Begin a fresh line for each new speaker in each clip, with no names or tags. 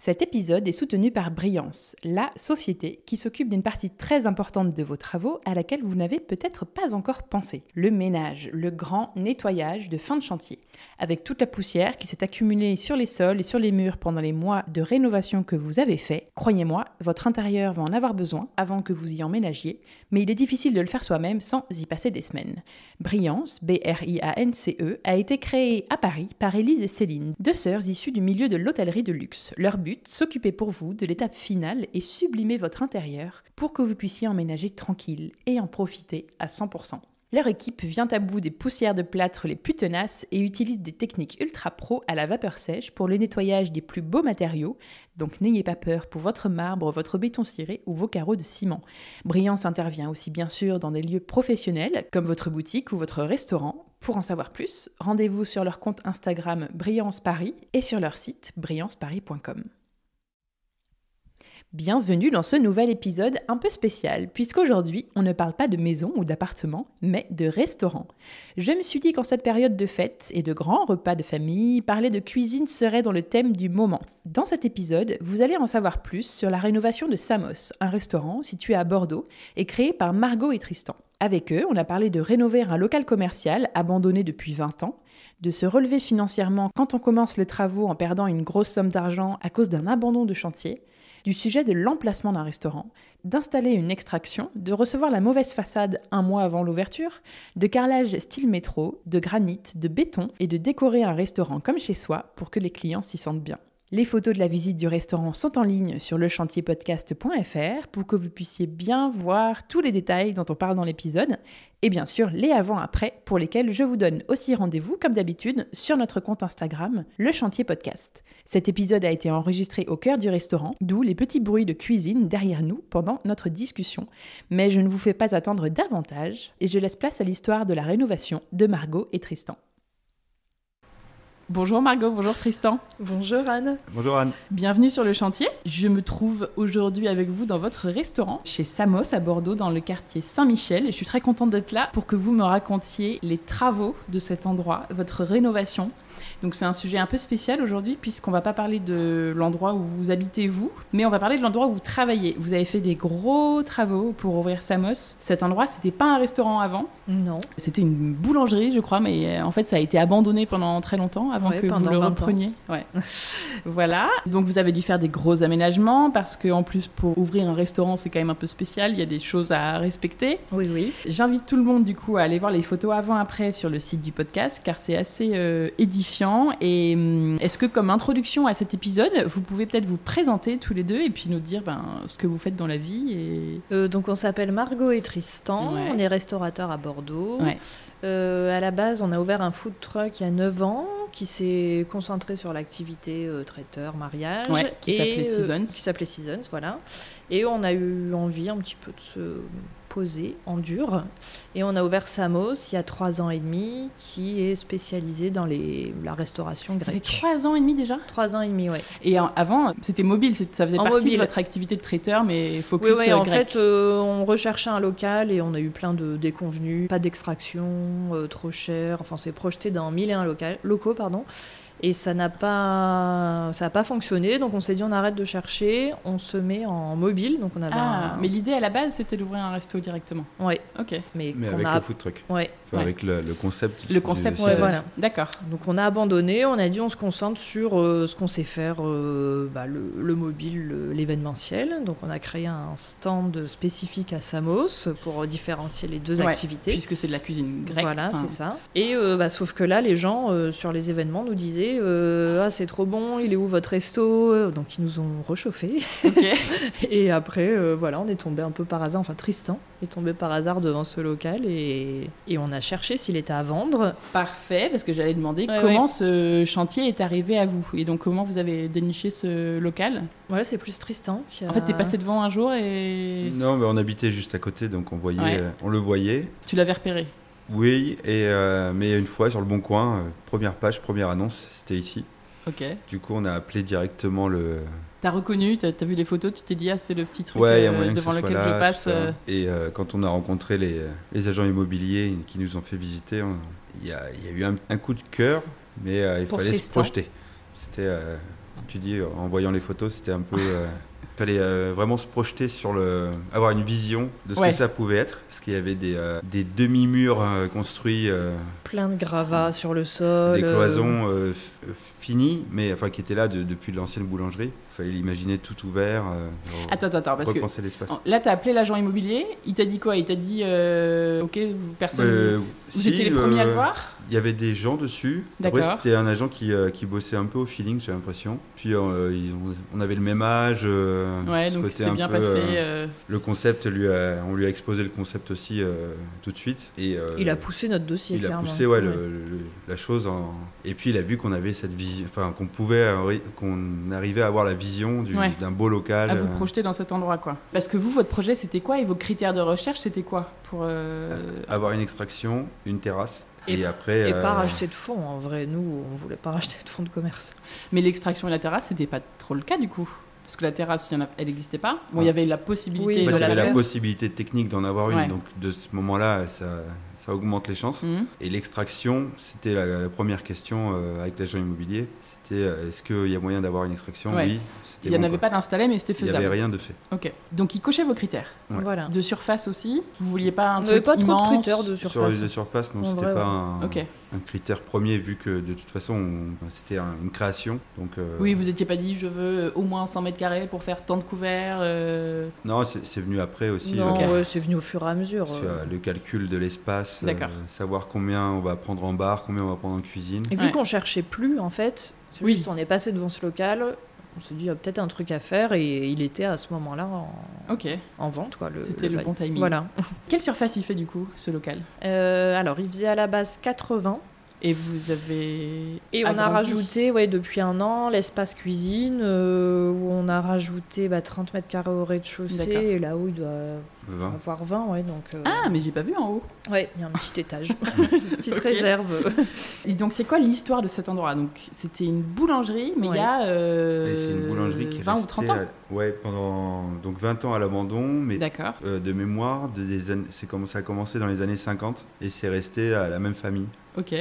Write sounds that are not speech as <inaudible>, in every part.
Cet épisode est soutenu par Brillance, la société qui s'occupe d'une partie très importante de vos travaux à laquelle vous n'avez peut-être pas encore pensé. Le ménage, le grand nettoyage de fin de chantier. Avec toute la poussière qui s'est accumulée sur les sols et sur les murs pendant les mois de rénovation que vous avez fait, croyez-moi, votre intérieur va en avoir besoin avant que vous y emménagiez, mais il est difficile de le faire soi-même sans y passer des semaines. Brillance, B-R-I-A-N-C-E, a été créée à Paris par Élise et Céline, deux sœurs issues du milieu de l'hôtellerie de luxe. Leur but s'occuper pour vous de l'étape finale et sublimer votre intérieur pour que vous puissiez emménager tranquille et en profiter à 100%. Leur équipe vient à bout des poussières de plâtre les plus tenaces et utilise des techniques ultra pro à la vapeur sèche pour le nettoyage des plus beaux matériaux, donc n'ayez pas peur pour votre marbre, votre béton ciré ou vos carreaux de ciment. Brillance intervient aussi bien sûr dans des lieux professionnels comme votre boutique ou votre restaurant. Pour en savoir plus, rendez-vous sur leur compte Instagram Brillance Paris et sur leur site brillanceparis.com. Bienvenue dans ce nouvel épisode un peu spécial, puisqu'aujourd'hui on ne parle pas de maison ou d'appartement, mais de restaurant. Je me suis dit qu'en cette période de fête et de grands repas de famille, parler de cuisine serait dans le thème du moment. Dans cet épisode, vous allez en savoir plus sur la rénovation de Samos, un restaurant situé à Bordeaux et créé par Margot et Tristan. Avec eux, on a parlé de rénover un local commercial abandonné depuis 20 ans, de se relever financièrement quand on commence les travaux en perdant une grosse somme d'argent à cause d'un abandon de chantier, du sujet de l'emplacement d'un restaurant, d'installer une extraction, de recevoir la mauvaise façade un mois avant l'ouverture, de carrelage style métro, de granit, de béton et de décorer un restaurant comme chez soi pour que les clients s'y sentent bien. Les photos de la visite du restaurant sont en ligne sur lechantierpodcast.fr pour que vous puissiez bien voir tous les détails dont on parle dans l'épisode et bien sûr les avant-après pour lesquels je vous donne aussi rendez-vous comme d'habitude sur notre compte Instagram Le Chantier Podcast. Cet épisode a été enregistré au cœur du restaurant, d'où les petits bruits de cuisine derrière nous pendant notre discussion. Mais je ne vous fais pas attendre davantage et je laisse place à l'histoire de la rénovation de Margot et Tristan. Bonjour Margot, bonjour Tristan.
Bonjour Anne.
Bonjour Anne.
Bienvenue sur le chantier. Je me trouve aujourd'hui avec vous dans votre restaurant chez Samos à Bordeaux dans le quartier Saint-Michel et je suis très contente d'être là pour que vous me racontiez les travaux de cet endroit, votre rénovation. Donc c'est un sujet un peu spécial aujourd'hui puisqu'on va pas parler de l'endroit où vous habitez vous, mais on va parler de l'endroit où vous travaillez. Vous avez fait des gros travaux pour ouvrir Samos. Cet endroit, c'était pas un restaurant avant,
Non.
c'était une boulangerie je crois, mais euh, en fait ça a été abandonné pendant très longtemps avant
Ouais,
que vous
pendant
le
20 ans.
repreniez.
<laughs>
Ouais. Voilà, donc vous avez dû faire des gros aménagements parce que en plus pour ouvrir un restaurant c'est quand même un peu spécial, il y a des choses à respecter.
Oui, oui.
J'invite tout le monde du coup à aller voir les photos avant-après sur le site du podcast car c'est assez euh, édifiant. Et hum, est-ce que comme introduction à cet épisode, vous pouvez peut-être vous présenter tous les deux et puis nous dire ben, ce que vous faites dans la vie et...
Euh, donc on s'appelle Margot et Tristan,
Ouais.
on est restaurateurs à Bordeaux.
Ouais.
Euh, à la base, on a ouvert un food truck il y a 9 ans qui s'est concentré sur l'activité euh, traiteur, mariage.
Ouais, qui
et,
s'appelait
euh,
Seasons.
qui s'appelait Seasons, voilà. Et on a eu envie un petit peu de se poser en dur. Et on a ouvert Samos il y a 3 ans et demi qui est spécialisé dans les, la restauration
Ça fait
grecque.
trois ans et demi déjà.
3 ans et demi, ouais.
Et en- avant, c'était mobile, c'est- ça faisait
En
partie de
mobile.
votre activité de traiteur, mais focus
Oui, oui,
euh,
en
grec.
fait, euh, on recherchait un local et on a eu plein de déconvenus, pas d'extraction, euh, trop cher. Enfin, c'est projeté dans mille et un local, locaux, pardon. Et ça n'a pas, ça a pas fonctionné. Donc, on s'est dit, on arrête de chercher, on se met en mobile. Donc, on avait
Ah,
un-
mais l'idée à la base, c'était d'ouvrir un resto directement.
Ouais.
Ok.
mais
Mais
qu'on
avec
a-
le food truck,
ouais.
Enfin,
Ouais.
avec le, le concept.
Le concept,
du-
ouais,
du-
voilà.
D'accord.
Donc on a abandonné, on a dit on se concentre sur euh, ce qu'on sait faire, euh, bah, le, le mobile, le- l'événementiel. Donc on a créé un stand spécifique à Samos pour différencier les deux
Ouais,
activités.
Puisque c'est de la cuisine grecque.
Voilà,
enfin,
c'est ça. Et euh, bah, sauf que là, les gens euh, sur les événements nous disaient appelé. euh, ah, c'est trop bon, il est où votre resto euh, Donc, ils nous ont réchauffé. <laughs> Et après, euh, voilà, on est tombé un peu par hasard, enfin Tristan est tombé par hasard devant ce local et, et on a cherché s'il était à vendre.
Parfait, parce que j'allais demander
Ouais,
comment ce chantier est arrivé à vous et donc comment vous avez déniché ce local.
Voilà, c'est plus Tristan qui a...
En fait, t'es passé devant un jour et
Non, mais on habitait juste à côté, donc on, voyait,
Ouais.
euh, on le voyait.
tu l'avais repéré.
Oui, et, euh, mais une fois sur le Bon Coin, euh, première page, première annonce, c'était ici.
Ok.
Du coup, on a appelé directement le.
T'as reconnu, t'as t'as vu les photos, tu t'es dit ah c'est le petit truc
Ouais, il y a
euh,
moyen que
devant
ce
lequel
soit là,
je
tout
passe.
ça.
euh.
Et euh, quand on a rencontré les, les agents immobiliers qui nous ont fait visiter, on- il y, a, il y a eu un, un coup de cœur, mais euh, il
Pour
fallait
Tristan.
se projeter. C'était, euh, tu dis, en voyant les photos, c'était un peu. euh, Il fallait euh, vraiment se projeter sur le. avoir une vision de ce
Ouais.
que ça pouvait être, parce qu'il y avait des, euh, des demi-murs euh, construits. euh,
plein de gravats sur le
Oh
sol.
des
euh,
cloisons euh, f- euh, finies, mais enfin qui étaient là de- depuis l'ancienne boulangerie. Il fallait l'imaginer tout ouvert, euh,
Attends, attends, attends, parce que
repenser l'espace.
en- Oh, là t'as appelé l'agent immobilier, il t'a dit quoi Il t'a dit euh, ok vous- personne.
Euh,
vous
si,
étiez les premiers à le
euh,
voir.
Il y avait des gens dessus. Après,
D'accord.
c'était un agent qui, euh, qui bossait un peu au feeling, j'ai l'impression. Puis euh, ils ont- on avait le même âge. euh,
Ouais,
ce
donc
côté
c'est
un
bien
peu,
passé.
euh,
euh,
le concept, lui a- on lui a exposé le concept aussi euh, tout de suite. Et, euh,
Il a poussé notre dossier,
Il a
clairement.
poussé ouais, le- le- la chose en- et puis il a vu qu'on avait cette vision, enfin qu'on pouvait, arri- qu'on arrivait à avoir la vision du- d'un
Ouais.
beau local.
à vous
euh,
projeter dans cet endroit quoi. Parce que vous votre projet c'était quoi et vos critères de recherche c'était quoi pour euh,
avoir une extraction, une terrasse
Et-
et, après
Et
euh,
pas racheter de fonds, en vrai, nous, on voulait pas racheter de fonds de commerce.
Mais l'extraction et la terrasse c'était pas trop le cas du coup. Parce que la terrasse, il y en a- elle n'existait pas. Bon, il y
Ouais.
avait la
Oui,
possibilité
en fait,
de
il y
la
avait Bah, la
faire.
possibilité technique d'en avoir une,
Ouais.
donc de ce moment-là, ça, ça augmente les chances.
Mhm.
Et l'extraction, c'était la, la première question euh, avec l'agent immobilier. C'était euh, est-ce qu'il y a moyen d'avoir une extraction
Ouais.
Oui.
Il n'y en avait pas d'installé, mais c'était
Il n'y
faisable.
avait rien de fait.
Ok. Donc, il cochait vos critères.
Ouais.
Voilà.
De surface aussi Vous vouliez pas un
On n'avait
truc
pas trop
immense
de critères de
Sur
surface.
les surfaces, non,
En
c'était
vrai,
pas
ouais.
un,
Ok.
un critère premier vu que de toute façon on- c'était un- une création. Donc euh,
Oui, vous étiez pas dit je veux euh, au moins 100 mètres carrés pour faire tant de couverts. euh,
non, c'est c'est venu après aussi.
non,
euh,
ouais, c'est venu au fur et à mesure.
sur,
euh.
euh, le calcul de l'espace, euh,
D'accord.
savoir combien on va prendre en bar, combien on va prendre en cuisine.
Et vu
Ouais.
qu'on cherchait plus, en fait, c'est
Oui.
juste on est passé devant ce local, on s'est dit, il y a peut-être un truc à faire, et il était à ce moment-là en,
Ok.
en vente, quoi. le-
C'était le
bail.
bon timing.
Voilà.
Quelle surface il fait du coup, ce local
Euh, alors, il faisait à la base 80,
Et vous avez.
et on a
agrandi.
rajouté, ouais, depuis un an, l'espace cuisine, euh, où on a rajouté bah, 30 mètres carrés au rez-de-chaussée,
D'accord.
et là-haut, il doit
Vingt.
avoir 20, ouais, donc... euh,
Ah, mais j'ai pas vu en haut.
Ouais, il y a un petit
<laughs>
étage, une petite
Ok.
réserve.
Et donc, c'est quoi l'histoire de cet endroit Donc, c'était une boulangerie, mais il y a. euh,
Et c'est une boulangerie qui est
20 ou
restée
30 ans.
à- ouais, pendant donc 20 ans à l'abandon, mais
D'accord.
euh, de mémoire, de, des années- c'est comme ça a commencé dans les années 50 et c'est resté à la même famille.
Ok.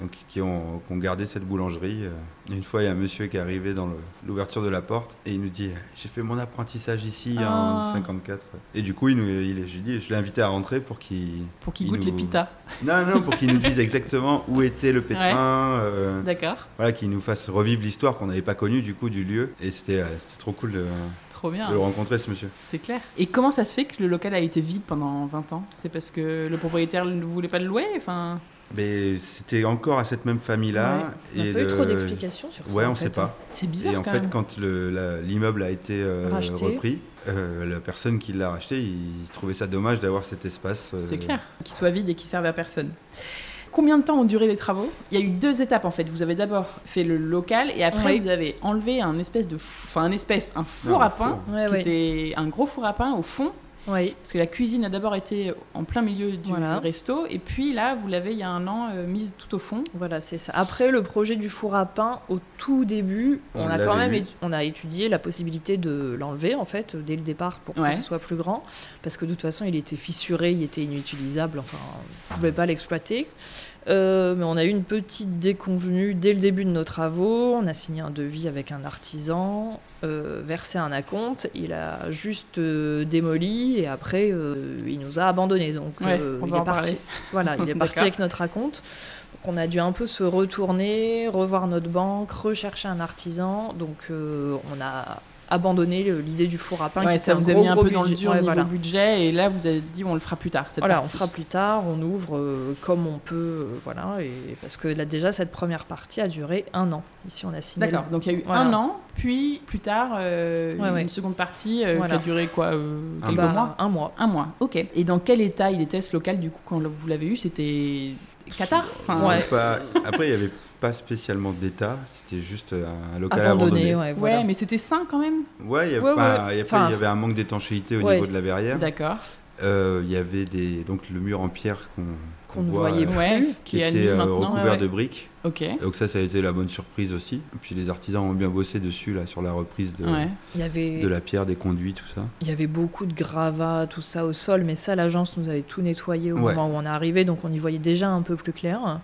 Donc, qui, ont, qui ont gardé cette boulangerie. euh. Une fois, il y a un monsieur qui est arrivé dans le- l'ouverture de la porte et il nous dit J'ai fait mon apprentissage ici
Ah.
en 54. Et du coup, il nous, il, je, lui dis, je l'ai invité à rentrer pour qu'il.
Pour qu'ils
Il
goûtent les
nous-
pitas.
Non, non, pour qu'il nous dise exactement où était le pétrin. euh,
D'accord.
voilà, qu'il nous fasse revivre l'histoire qu'on n'avait pas connue du coup du lieu. Et c'était euh, c'était trop cool de,
Trop bien.
Ah.
de le rencontrer, ce monsieur.
C'est clair. Et comment ça se fait que le local a été vide pendant 20 ans C'est parce que le propriétaire ne voulait pas le louer enfin...
Mais c'était encore à cette même famille-là.
On n'a
et
pas eu
le-
trop d'explications sur ça.
Ouais,
en
on
fait,
sait pas.
hein.
C'est bizarre
et en
quand
fait,
même.
quand le- la- l'immeuble a été euh,
Racheté.
repris, euh, la personne qui l'a racheté, il trouvait ça dommage d'avoir cet espace. euh,
C'est clair. Qu'il soit vide et qu'il serve à personne. Combien de temps ont duré les travaux Il y a eu deux étapes en fait. Vous avez d'abord fait le local et après
Oui.
vous avez enlevé un espèce de, f- enfin un espèce, un four
Non,
à
un four.
pain,
hein. Ouais,
qui
ouais.
était un gros four à pain au fond,
Ouais.
parce que la cuisine a d'abord été en plein milieu du
Voilà.
resto et puis là vous l'avez il y a un an euh, mise tout au fond.
Voilà, c'est ça. Après, le projet du four à pain, au tout début, on,
On
a
l'avait
quand même
vu.
étu- on a étudié la possibilité de l'enlever, en fait, dès le départ, pour
Ouais.
que ce soit plus grand. Parce que de toute façon, il était fissuré, il était inutilisable, enfin, on ne pouvait pas l'exploiter. Euh, mais on a eu une petite déconvenue dès le début de nos travaux. On a signé un devis avec un artisan, euh, versé un acompte. Il a juste euh, démoli et après, euh, il nous a abandonnés. Donc,
Ouais,
euh,
on
il
va
est
en
parti.
parler. <laughs>
Voilà, il est parti
D'accord.
avec notre raconte. Donc on a dû un peu se retourner, revoir notre banque, rechercher un artisan. Donc euh, on a abandonné euh, l'idée du four à pain qui
Ouais,
était
ça
un
vous a
gros,
mis un
gros
peu dans le
budget.
dur
Ouais,
niveau
voilà.
budget et là vous avez dit on le fera plus tard cette
Voilà, on
partie.
fera plus tard, on ouvre euh, comme on peut, euh, voilà, et parce que là déjà cette première partie a duré un an. Ici on a signé.
D'accord, donc il y a eu
Voilà.
un an, puis plus tard euh,
Ouais,
une
ouais.
seconde partie euh,
Voilà.
qui a duré quoi euh,
Un
Quelques
Bah,
mois
Un mois.
Un mois, ok. Et dans quel état il était ce local du coup quand vous l'avez eu C'était Qatar Enfin,
Ouais.
Donc, pas- Après, il n'y avait pas spécialement d'état, c'était juste un local
Abandonné,
abandonné.
ouais,
ouais,
voilà.
mais c'était sain quand même
Ouais, il y avait
Ouais,
pas-
ouais.
et après,
Enfin,
il y avait un manque d'étanchéité au
ouais.
niveau de la verrière.
D'accord.
Euh, Il y avait des, donc le mur en pierre qu'on
Qu'on ne
euh,
voyait plus.
Ouais,
qui,
qui est
était
admis
euh,
maintenant.
recouvert
ouais, ouais.
de briques.
Ok.
Donc ça, ça a été la bonne surprise aussi. Et puis les artisans ont bien bossé dessus, là, sur la reprise de,
Ouais.
Il y avait
de la pierre, des conduits, tout ça.
Il y avait beaucoup de gravats, tout ça au sol, mais ça, l'agence nous avait tout nettoyé au
Ouais.
moment où on est arrivé, donc on y voyait déjà un peu plus clair.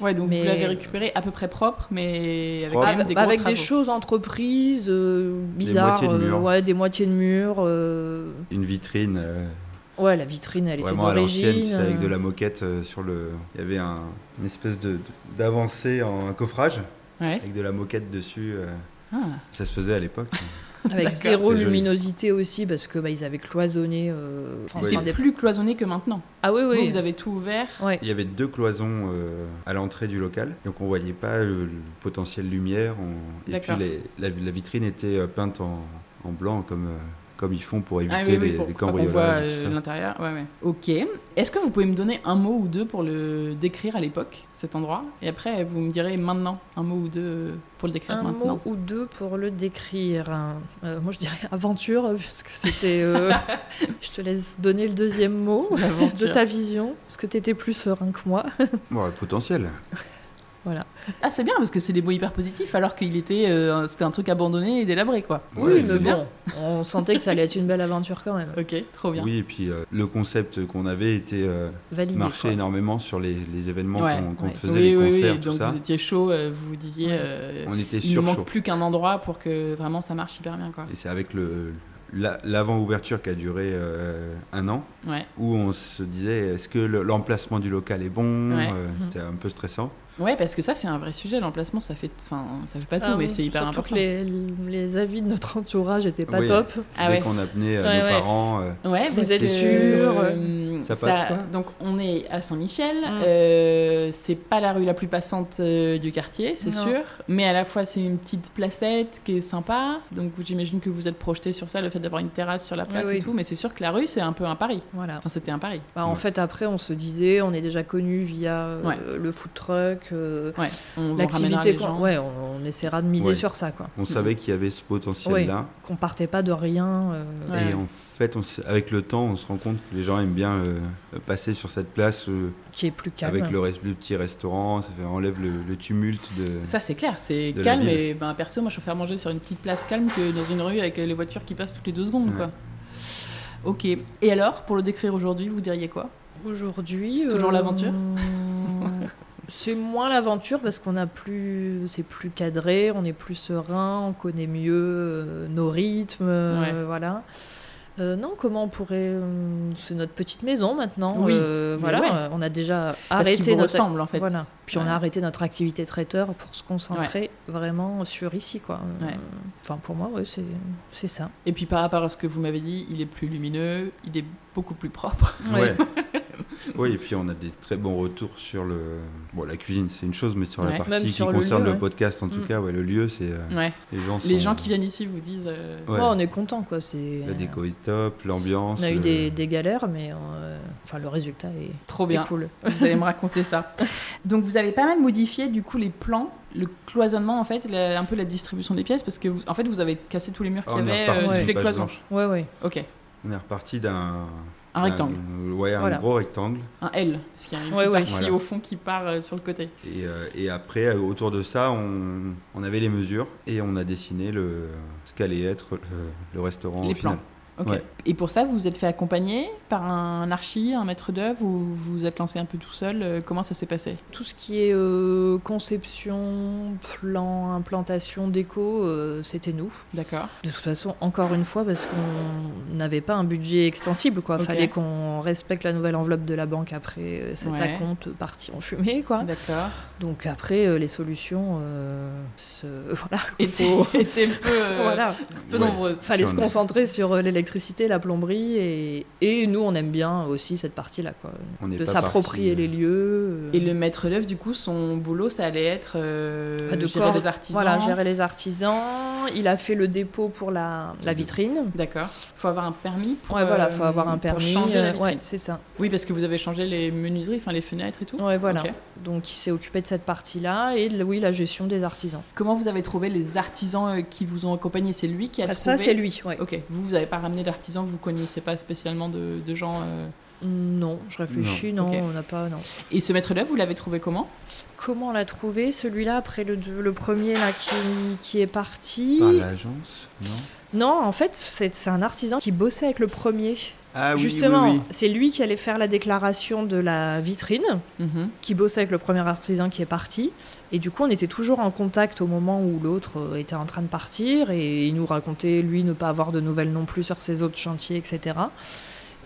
Ouais, donc vous
Mais-
l'avez récupéré à peu près propre, mais avec,
Propre.
quand même
Avec,
des,
avec des,
gros travaux.
choses entreprises euh, bizarres,
moitiés de
euh,
murs.
ouais, des moitiés de murs. euh,
Une vitrine euh,
Ouais, la vitrine, elle était
vraiment à l'ancienne, tu
d'origine.
sais, avec de
euh,
la moquette euh, sur le... Il y avait un, une espèce de- de- d'avancée en un coffrage,
Ouais.
avec de la moquette dessus. euh,
Ah.
ça se faisait
<laughs>
à l'époque.
Avec
D'accord.
zéro
C'est joli.
luminosité aussi, parce que bah, ils avaient cloisonné. euh, enfin,
Oui.
c'est un
C'était
des-
plus cloisonné que maintenant.
Ah oui,
Vous,
oui.
vous avez tout ouvert.
Ouais.
Il y avait deux cloisons euh, à l'entrée du local, donc on voyait pas le, le potentiel lumière. on- Et puis
D'accord.
les- la, la vitrine était euh, peinte en, en blanc, comme, euh, comme ils font pour éviter
Ah oui, oui,
les,
pour
les
pas qu'on
cambriolages. et
voit,
tout
euh,
ça.
l'intérieur. Ouais, ouais. Ok. Est-ce que vous pouvez me donner un mot ou deux pour le décrire à l'époque, cet endroit Et après, vous me direz maintenant un mot ou deux pour le décrire
Un
maintenant.
mot ou deux pour le décrire. Euh, moi, je dirais <laughs> aventure, parce que c'était.
<laughs>
euh, je te laisse donner le deuxième mot de
L'aventure.
ta vision, parce que t'étais plus serein que moi.
Bon, le potentiel.
Ah, c'est bien parce que c'est des mots hyper positifs alors qu'il était, euh, c'était un truc abandonné et délabré quoi.
Ouais,
oui, mais
c'est
bon, on sentait que ça allait être une belle aventure quand même.
Ok, trop bien.
Oui, et puis euh, le concept qu'on avait était euh,
Validé.
marchait
quoi.
énormément sur les, les événements
Ouais,
qu'on qu'on
ouais.
faisait,
oui,
les
oui,
concerts,
oui.
tout
Donc
ça.
vous étiez chaud, euh, vous vous disiez. euh,
On était
il ne
sur
manque plus hein. qu'un endroit pour que vraiment ça marche hyper bien quoi.
Et c'est avec le la- l'avant-ouverture qui a duré euh, un an,
Ouais.
où on se disait est-ce que le- l'emplacement du local est bon
Ouais. Mhm.
Euh, C'était un peu stressant.
Ouais, parce que ça c'est un vrai sujet. L'emplacement, ça fait, enfin, ça fait pas tout,
Ah,
mais c'est hyper
surtout
important.
que les, les avis de notre entourage n'étaient pas
Oui.
top.
Ah
Dès
ouais.
qu'on amenait euh,
Ouais,
nos
ouais.
parents, euh,
Ouais,
Vous
parce
êtes
que,
sûr,
euh,
ça passe pas
Donc on est à Saint-Michel.
Mm.
euh, c'est pas la rue la plus passante euh, du quartier, c'est
Non.
sûr. Mais à la fois c'est une petite placette qui est sympa. Donc j'imagine que vous êtes projeté sur ça, le fait d'avoir une terrasse sur la place
oui.
et tout. Mais c'est sûr que la rue c'est un peu un pari.
Voilà.
Enfin c'était un pari.
Bah, En
Ouais.
fait, après, on se disait, on est déjà connu via euh,
Ouais.
le food truck, euh,
Ouais. On on ramènera
l'activité.
les
qu'on-
gens.
Ouais, on, on essaiera de miser
Ouais.
sur ça, quoi.
Mhm.
on savait qu'il y avait ce potentiel-là.
Qu'on partait pas de rien. euh,
Ouais.
Et en fait, on s- avec le temps, on se rend compte que les gens aiment bien euh, passer sur cette place euh,
qui est plus calme.
avec le, reste- le petit restaurant. Ça fait- enlève le, le tumulte de.
Ça, c'est clair, c'est
de la
calme.
ville.
Et ben, perso, moi, je préfère manger sur une petite place calme que dans une rue avec les voitures qui passent toutes les deux secondes.
Ouais.
Quoi. Ok. Et alors, pour le décrire aujourd'hui, vous diriez quoi
Aujourd'hui, euh,
C'est toujours
<laughs>
l'aventure
C'est moins l'aventure parce qu'on a plus, c'est plus cadré, on est plus serein, on connaît mieux euh, nos rythmes, euh, voilà. Euh, non, comment on pourrait euh, C'est notre petite maison maintenant.
Oui,
euh,
mais
voilà,
ouais.
euh, on a déjà
Parce qu'il
arrêté
vous
notre.
ressemble, en fait.
Voilà. Puis on
Ouais.
a arrêté notre activité traiteur pour se concentrer vraiment sur ici, quoi. Euh,
Ouais.
Enfin, pour moi, ouais, c'est c'est ça.
Et puis, par rapport à ce que vous m'avez dit, il est plus lumineux, il est beaucoup plus propre.
Ouais. oui, et puis on a des très bons retours sur le. Bon, la cuisine, c'est une chose, mais sur
Ouais.
la
Même
partie qui
sur le
concerne
lieu,
le,
ouais.
podcast, en tout
Mm.
cas, ouais, le lieu, c'est. euh,
Ouais.
les gens,
Les
sont-
gens qui viennent ici vous disent. euh,
Ouais.
Ouais, Oh, on est content, quoi. C'est.
La déco est top, l'ambiance.
On a eu
le-
des, des galères, mais euh, enfin, le résultat est,
Trop
est
bien,
cool.
vous allez me raconter ça. <laughs> Donc vous avez pas mal modifié du coup les plans, le cloisonnement en fait, la- un peu la distribution des pièces parce que vous- en fait vous avez cassé tous les murs
Ah,
qu'il
on
y
est
avait,
reparti
euh,
d'une
toutes les
page
cloisons.
blanche.
Ouais, ouais.
Ok,
On est reparti d'un.
un
d'un-
rectangle.
ouais, un
Voilà.
gros rectangle.
un L, parce qu'il y a une
Ouais,
petite
ouais.
partie
Voilà.
au fond qui part euh, sur le côté.
Et, euh, et après, euh, autour de ça, on, on avait les mesures et on a dessiné le, ce qu'allait être le, le restaurant
Les
au final.
plans. Ok.
Ouais.
Et pour ça, vous vous êtes fait accompagner par un archi, un maître d'œuvre, ou vous vous êtes lancé un peu tout seul euh, Comment ça s'est passé
Tout ce qui est euh, conception, plan, implantation, déco, euh, c'était nous.
D'accord.
De toute façon, encore une fois, parce qu'on n'avait pas un budget extensible, quoi.
Ok.
Fallait qu'on respecte la nouvelle enveloppe de la banque après euh, cet
Ouais.
acompte parti en fumée, quoi.
D'accord.
Donc après, euh, les solutions, euh, se- <laughs> voilà. quoi.
Et
Faut-
<laughs> t'es peu, euh,
<laughs> voilà.
peu
Ouais.
nombreuse.
Fallait se
J'en ai-
concentrer sur euh, l'électricité, la plomberie, et, et nous, on aime bien aussi cette partie-là, quoi.
On n'est
De
pas
s'approprier les
parti,
lieux. euh,
Et le maître d'œuvre, du coup, son boulot, ça allait être euh,
Ah, de
gérer
corps-
les artisans.
Voilà, gérer les artisans. Il a fait le dépôt pour la, la vitrine.
D'accord. Faut avoir un permis pour.
Ouais, voilà,
euh,
faut avoir un
pour
permis.
changer la
euh,
vitrine.
ouais, c'est ça.
Oui, parce que vous avez changé les menuiseries, enfin les fenêtres et tout.
Ouais, voilà.
Ok.
Donc il s'est occupé de cette partie-là et de- oui, la gestion des artisans.
Comment vous avez trouvé les artisans euh, qui vous ont accompagné C'est lui qui a
Ah,
trouvé.
ça, c'est lui, ouais.
Ok. Vous, vous n'avez pas ramené d'artisans, vous connaissez pas spécialement de, de gens. euh.
Non, je réfléchis, non,
Ok.
on n'a pas, non.
Et ce maître d'œuvre, vous l'avez trouvé comment
Comment on l'a trouvé, celui-là, après le, deux- le premier là, qui, qui est parti
Par l'agence, non
Non, en fait, c'est c'est un artisan qui bossait avec le premier.
Ah oui,
Justement,
oui, oui.
c'est lui qui allait faire la déclaration de la vitrine.
Mhm.
qui bossait avec le premier artisan qui est parti. Et du coup, on était toujours en contact au moment où l'autre euh, était en train de partir et il nous racontait, lui, ne pas avoir de nouvelles non plus sur ses autres chantiers, etc.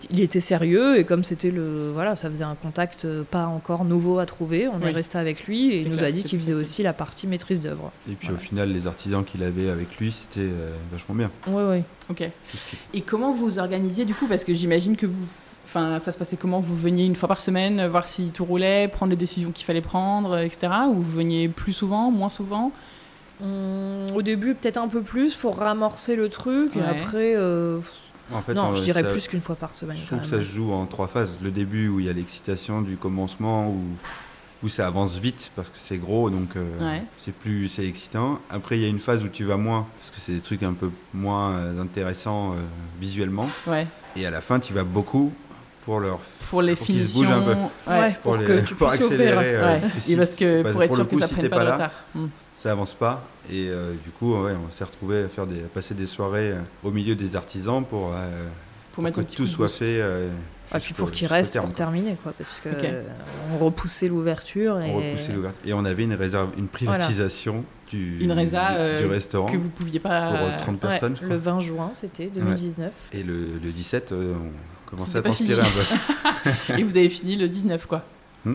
Il était sérieux et comme c'était le. Voilà, ça faisait un contact euh, pas encore nouveau à trouver, on
Oui.
est resté avec lui et
C'est
il nous
clair,
a dit
c'est
qu'il
plus
faisait
facile.
aussi la partie maîtrise d'œuvre.
Et puis
Voilà.
au final, les artisans qu'il avait avec lui, c'était euh, vachement bien.
Oui, oui.
Ok.
Tout ce qui-
Et comment vous vous organisiez du coup Parce que j'imagine que vous. Enfin, ça se passait comment Vous veniez une fois par semaine, euh, voir si tout roulait, prendre les décisions qu'il fallait prendre, euh, etc. Ou vous veniez plus souvent, moins souvent
Mmh, au début, peut-être un peu plus pour ramorcer le truc
Ouais.
et après. euh,
En fait,
non,
on-
je dirais
ça-
plus qu'une fois par semaine.
Je
quand
trouve que
même.
ça se joue en trois phases. Le début où il y a l'excitation du commencement, où, où ça avance vite parce que c'est gros, donc euh,
Ouais.
c'est plus c'est excitant. Après, il y a une phase où tu vas moins parce que c'est des trucs un peu moins euh, intéressants euh, visuellement.
Ouais.
Et à la fin, tu vas beaucoup pour leur
Pour les
Pour qu'ils se
finitions.
bougent un
Ouais.
Ouais, pour,
les-
que tu
<laughs> pour
puisses ouvrir.
accélérer. euh,
Ouais.
parce que si
Et parce que
bah,
pour être
pour le
sûr
coup,
que ça
si
prenne
t'es
pas,
pas
de
là,
retard. Mm.
ça avance pas. Et euh, du coup, ouais, on s'est retrouvé à faire des, à passer des soirées euh, au milieu des artisans pour, euh,
Pour,
pour
mettre
que
un petit
tout
coup de
soit
boost.
fait. euh,
Ah, puis
jusqu'au-
pour qu'il
jusqu'au
reste
terme,
pour
quoi.
terminer, quoi, parce que
Ok.
euh, on repoussait l'ouverture et
On repoussait l'ouverture. Et on avait une réserve, une privatisation du,
Une résa,
du-
euh,
du restaurant
Que vous pouviez
pour euh,
pas.
30
Ouais,
personnes. je crois.
le 20 juin, c'était 2019.
Et le, le 17, euh, on commençait
C'était
à
pas
transpirer un peu.
<laughs> Et vous avez fini le 19, quoi.
Ouais,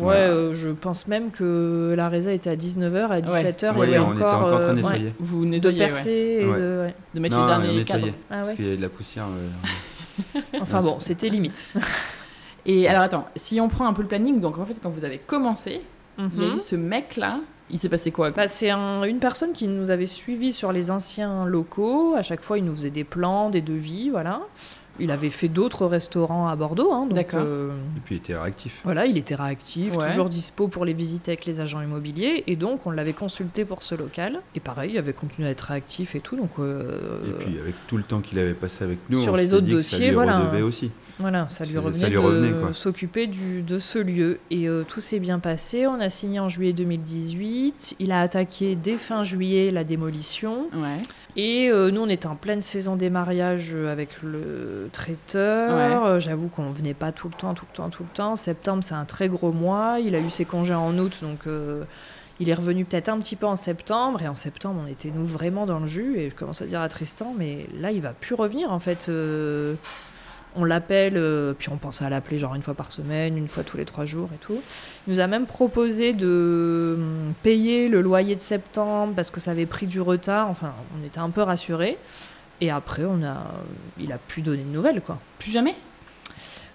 Voilà.
euh, je pense même que la résa était à 19h, à <laughs> 17h,
Ouais,
il y avait
on était
encore,
encore en train de
euh,
nettoyer.
Vous
ouais, de
nettoyez, ouais.
percer et
Ouais.
de- ouais.
de mettre
Non,
les
on
derniers cadres.
nettoyait.
Ah
Parce
ouais.
qu'il y avait de la poussière. euh,
Enfin
Ouais,
bon,
<laughs>
c'était limite.
Et alors attends, si on prend un peu le planning, donc en fait quand vous avez commencé, il
Mhm.
y a eu ce mec là, il s'est passé quoi
Bah, c'est un- une personne qui nous avait suivis sur les anciens locaux. À chaque fois, il nous faisait des plans, des devis, voilà. Il avait fait d'autres restaurants à Bordeaux, hein, donc
D'accord.
euh,
Et puis il était réactif.
Voilà, il était réactif,
Ouais.
toujours dispo pour les visites avec les agents immobiliers, et donc on l'avait consulté pour ce local. Et pareil, il avait continué à être réactif et tout, donc euh,
Et puis avec tout le temps qu'il avait passé avec nous,
sur
on
les
s'était
autres
dit que
dossiers,
ça lui
voilà.
redevait aussi.
voilà, ça lui
ça
revenait,
lui
de
revenait, quoi.
s'occuper du- de ce lieu. Et euh, tout s'est bien passé, on a signé en juillet 2018, il a attaqué dès fin juillet la démolition,
Ouais.
et euh, nous on était en pleine saison des mariages euh, avec le traiteur, Euh, j'avoue qu'on venait pas tout le temps, tout le temps, tout le temps. Septembre c'est un très gros mois, il a eu ses congés en août, donc... euh, Il est revenu peut-être un petit peu en septembre, et en septembre, on était nous vraiment dans le jus, et je commence à dire à Tristan, mais là, il va plus revenir, en fait. Euh, on l'appelle, euh, puis on pense à l'appeler genre une fois par semaine, une fois tous les trois jours et tout. Il nous a même proposé de hum, payer le loyer de septembre parce que ça avait pris du retard, enfin, on était un peu rassurés. Et après, on a, il a plus donné de nouvelles, quoi.
Plus jamais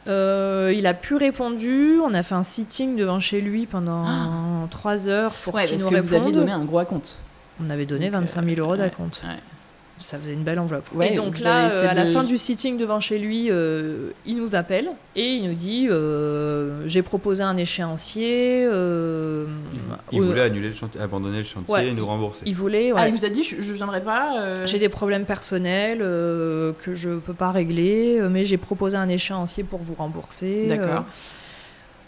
Euh, il a plus répondu. On a fait un sitting devant chez lui pendant trois heures pour
Ah. Ouais,
qu'il
parce
nous
que vous aviez
réponde.
donné un gros à compte.
On avait donné
Donc, euh,
25 000 euros
ouais,
d'acompte.
ouais.
Ça faisait une belle enveloppe.
Ouais,
et donc
vous
là,
avez essayé
euh, à la
de-
fin du sitting devant chez lui, euh, il nous appelle et il nous dit euh, J'ai proposé un échéancier. euh,
Il, il
au-
voulait annuler le chantier, abandonner le chantier
Ouais,
et nous
il-
rembourser.
il voulait, ouais.
Ah, il vous a dit je, je viendrai pas euh,
J'ai des problèmes personnels euh, que je peux pas régler, euh, mais j'ai proposé un échéancier pour vous rembourser.
D'accord.
euh.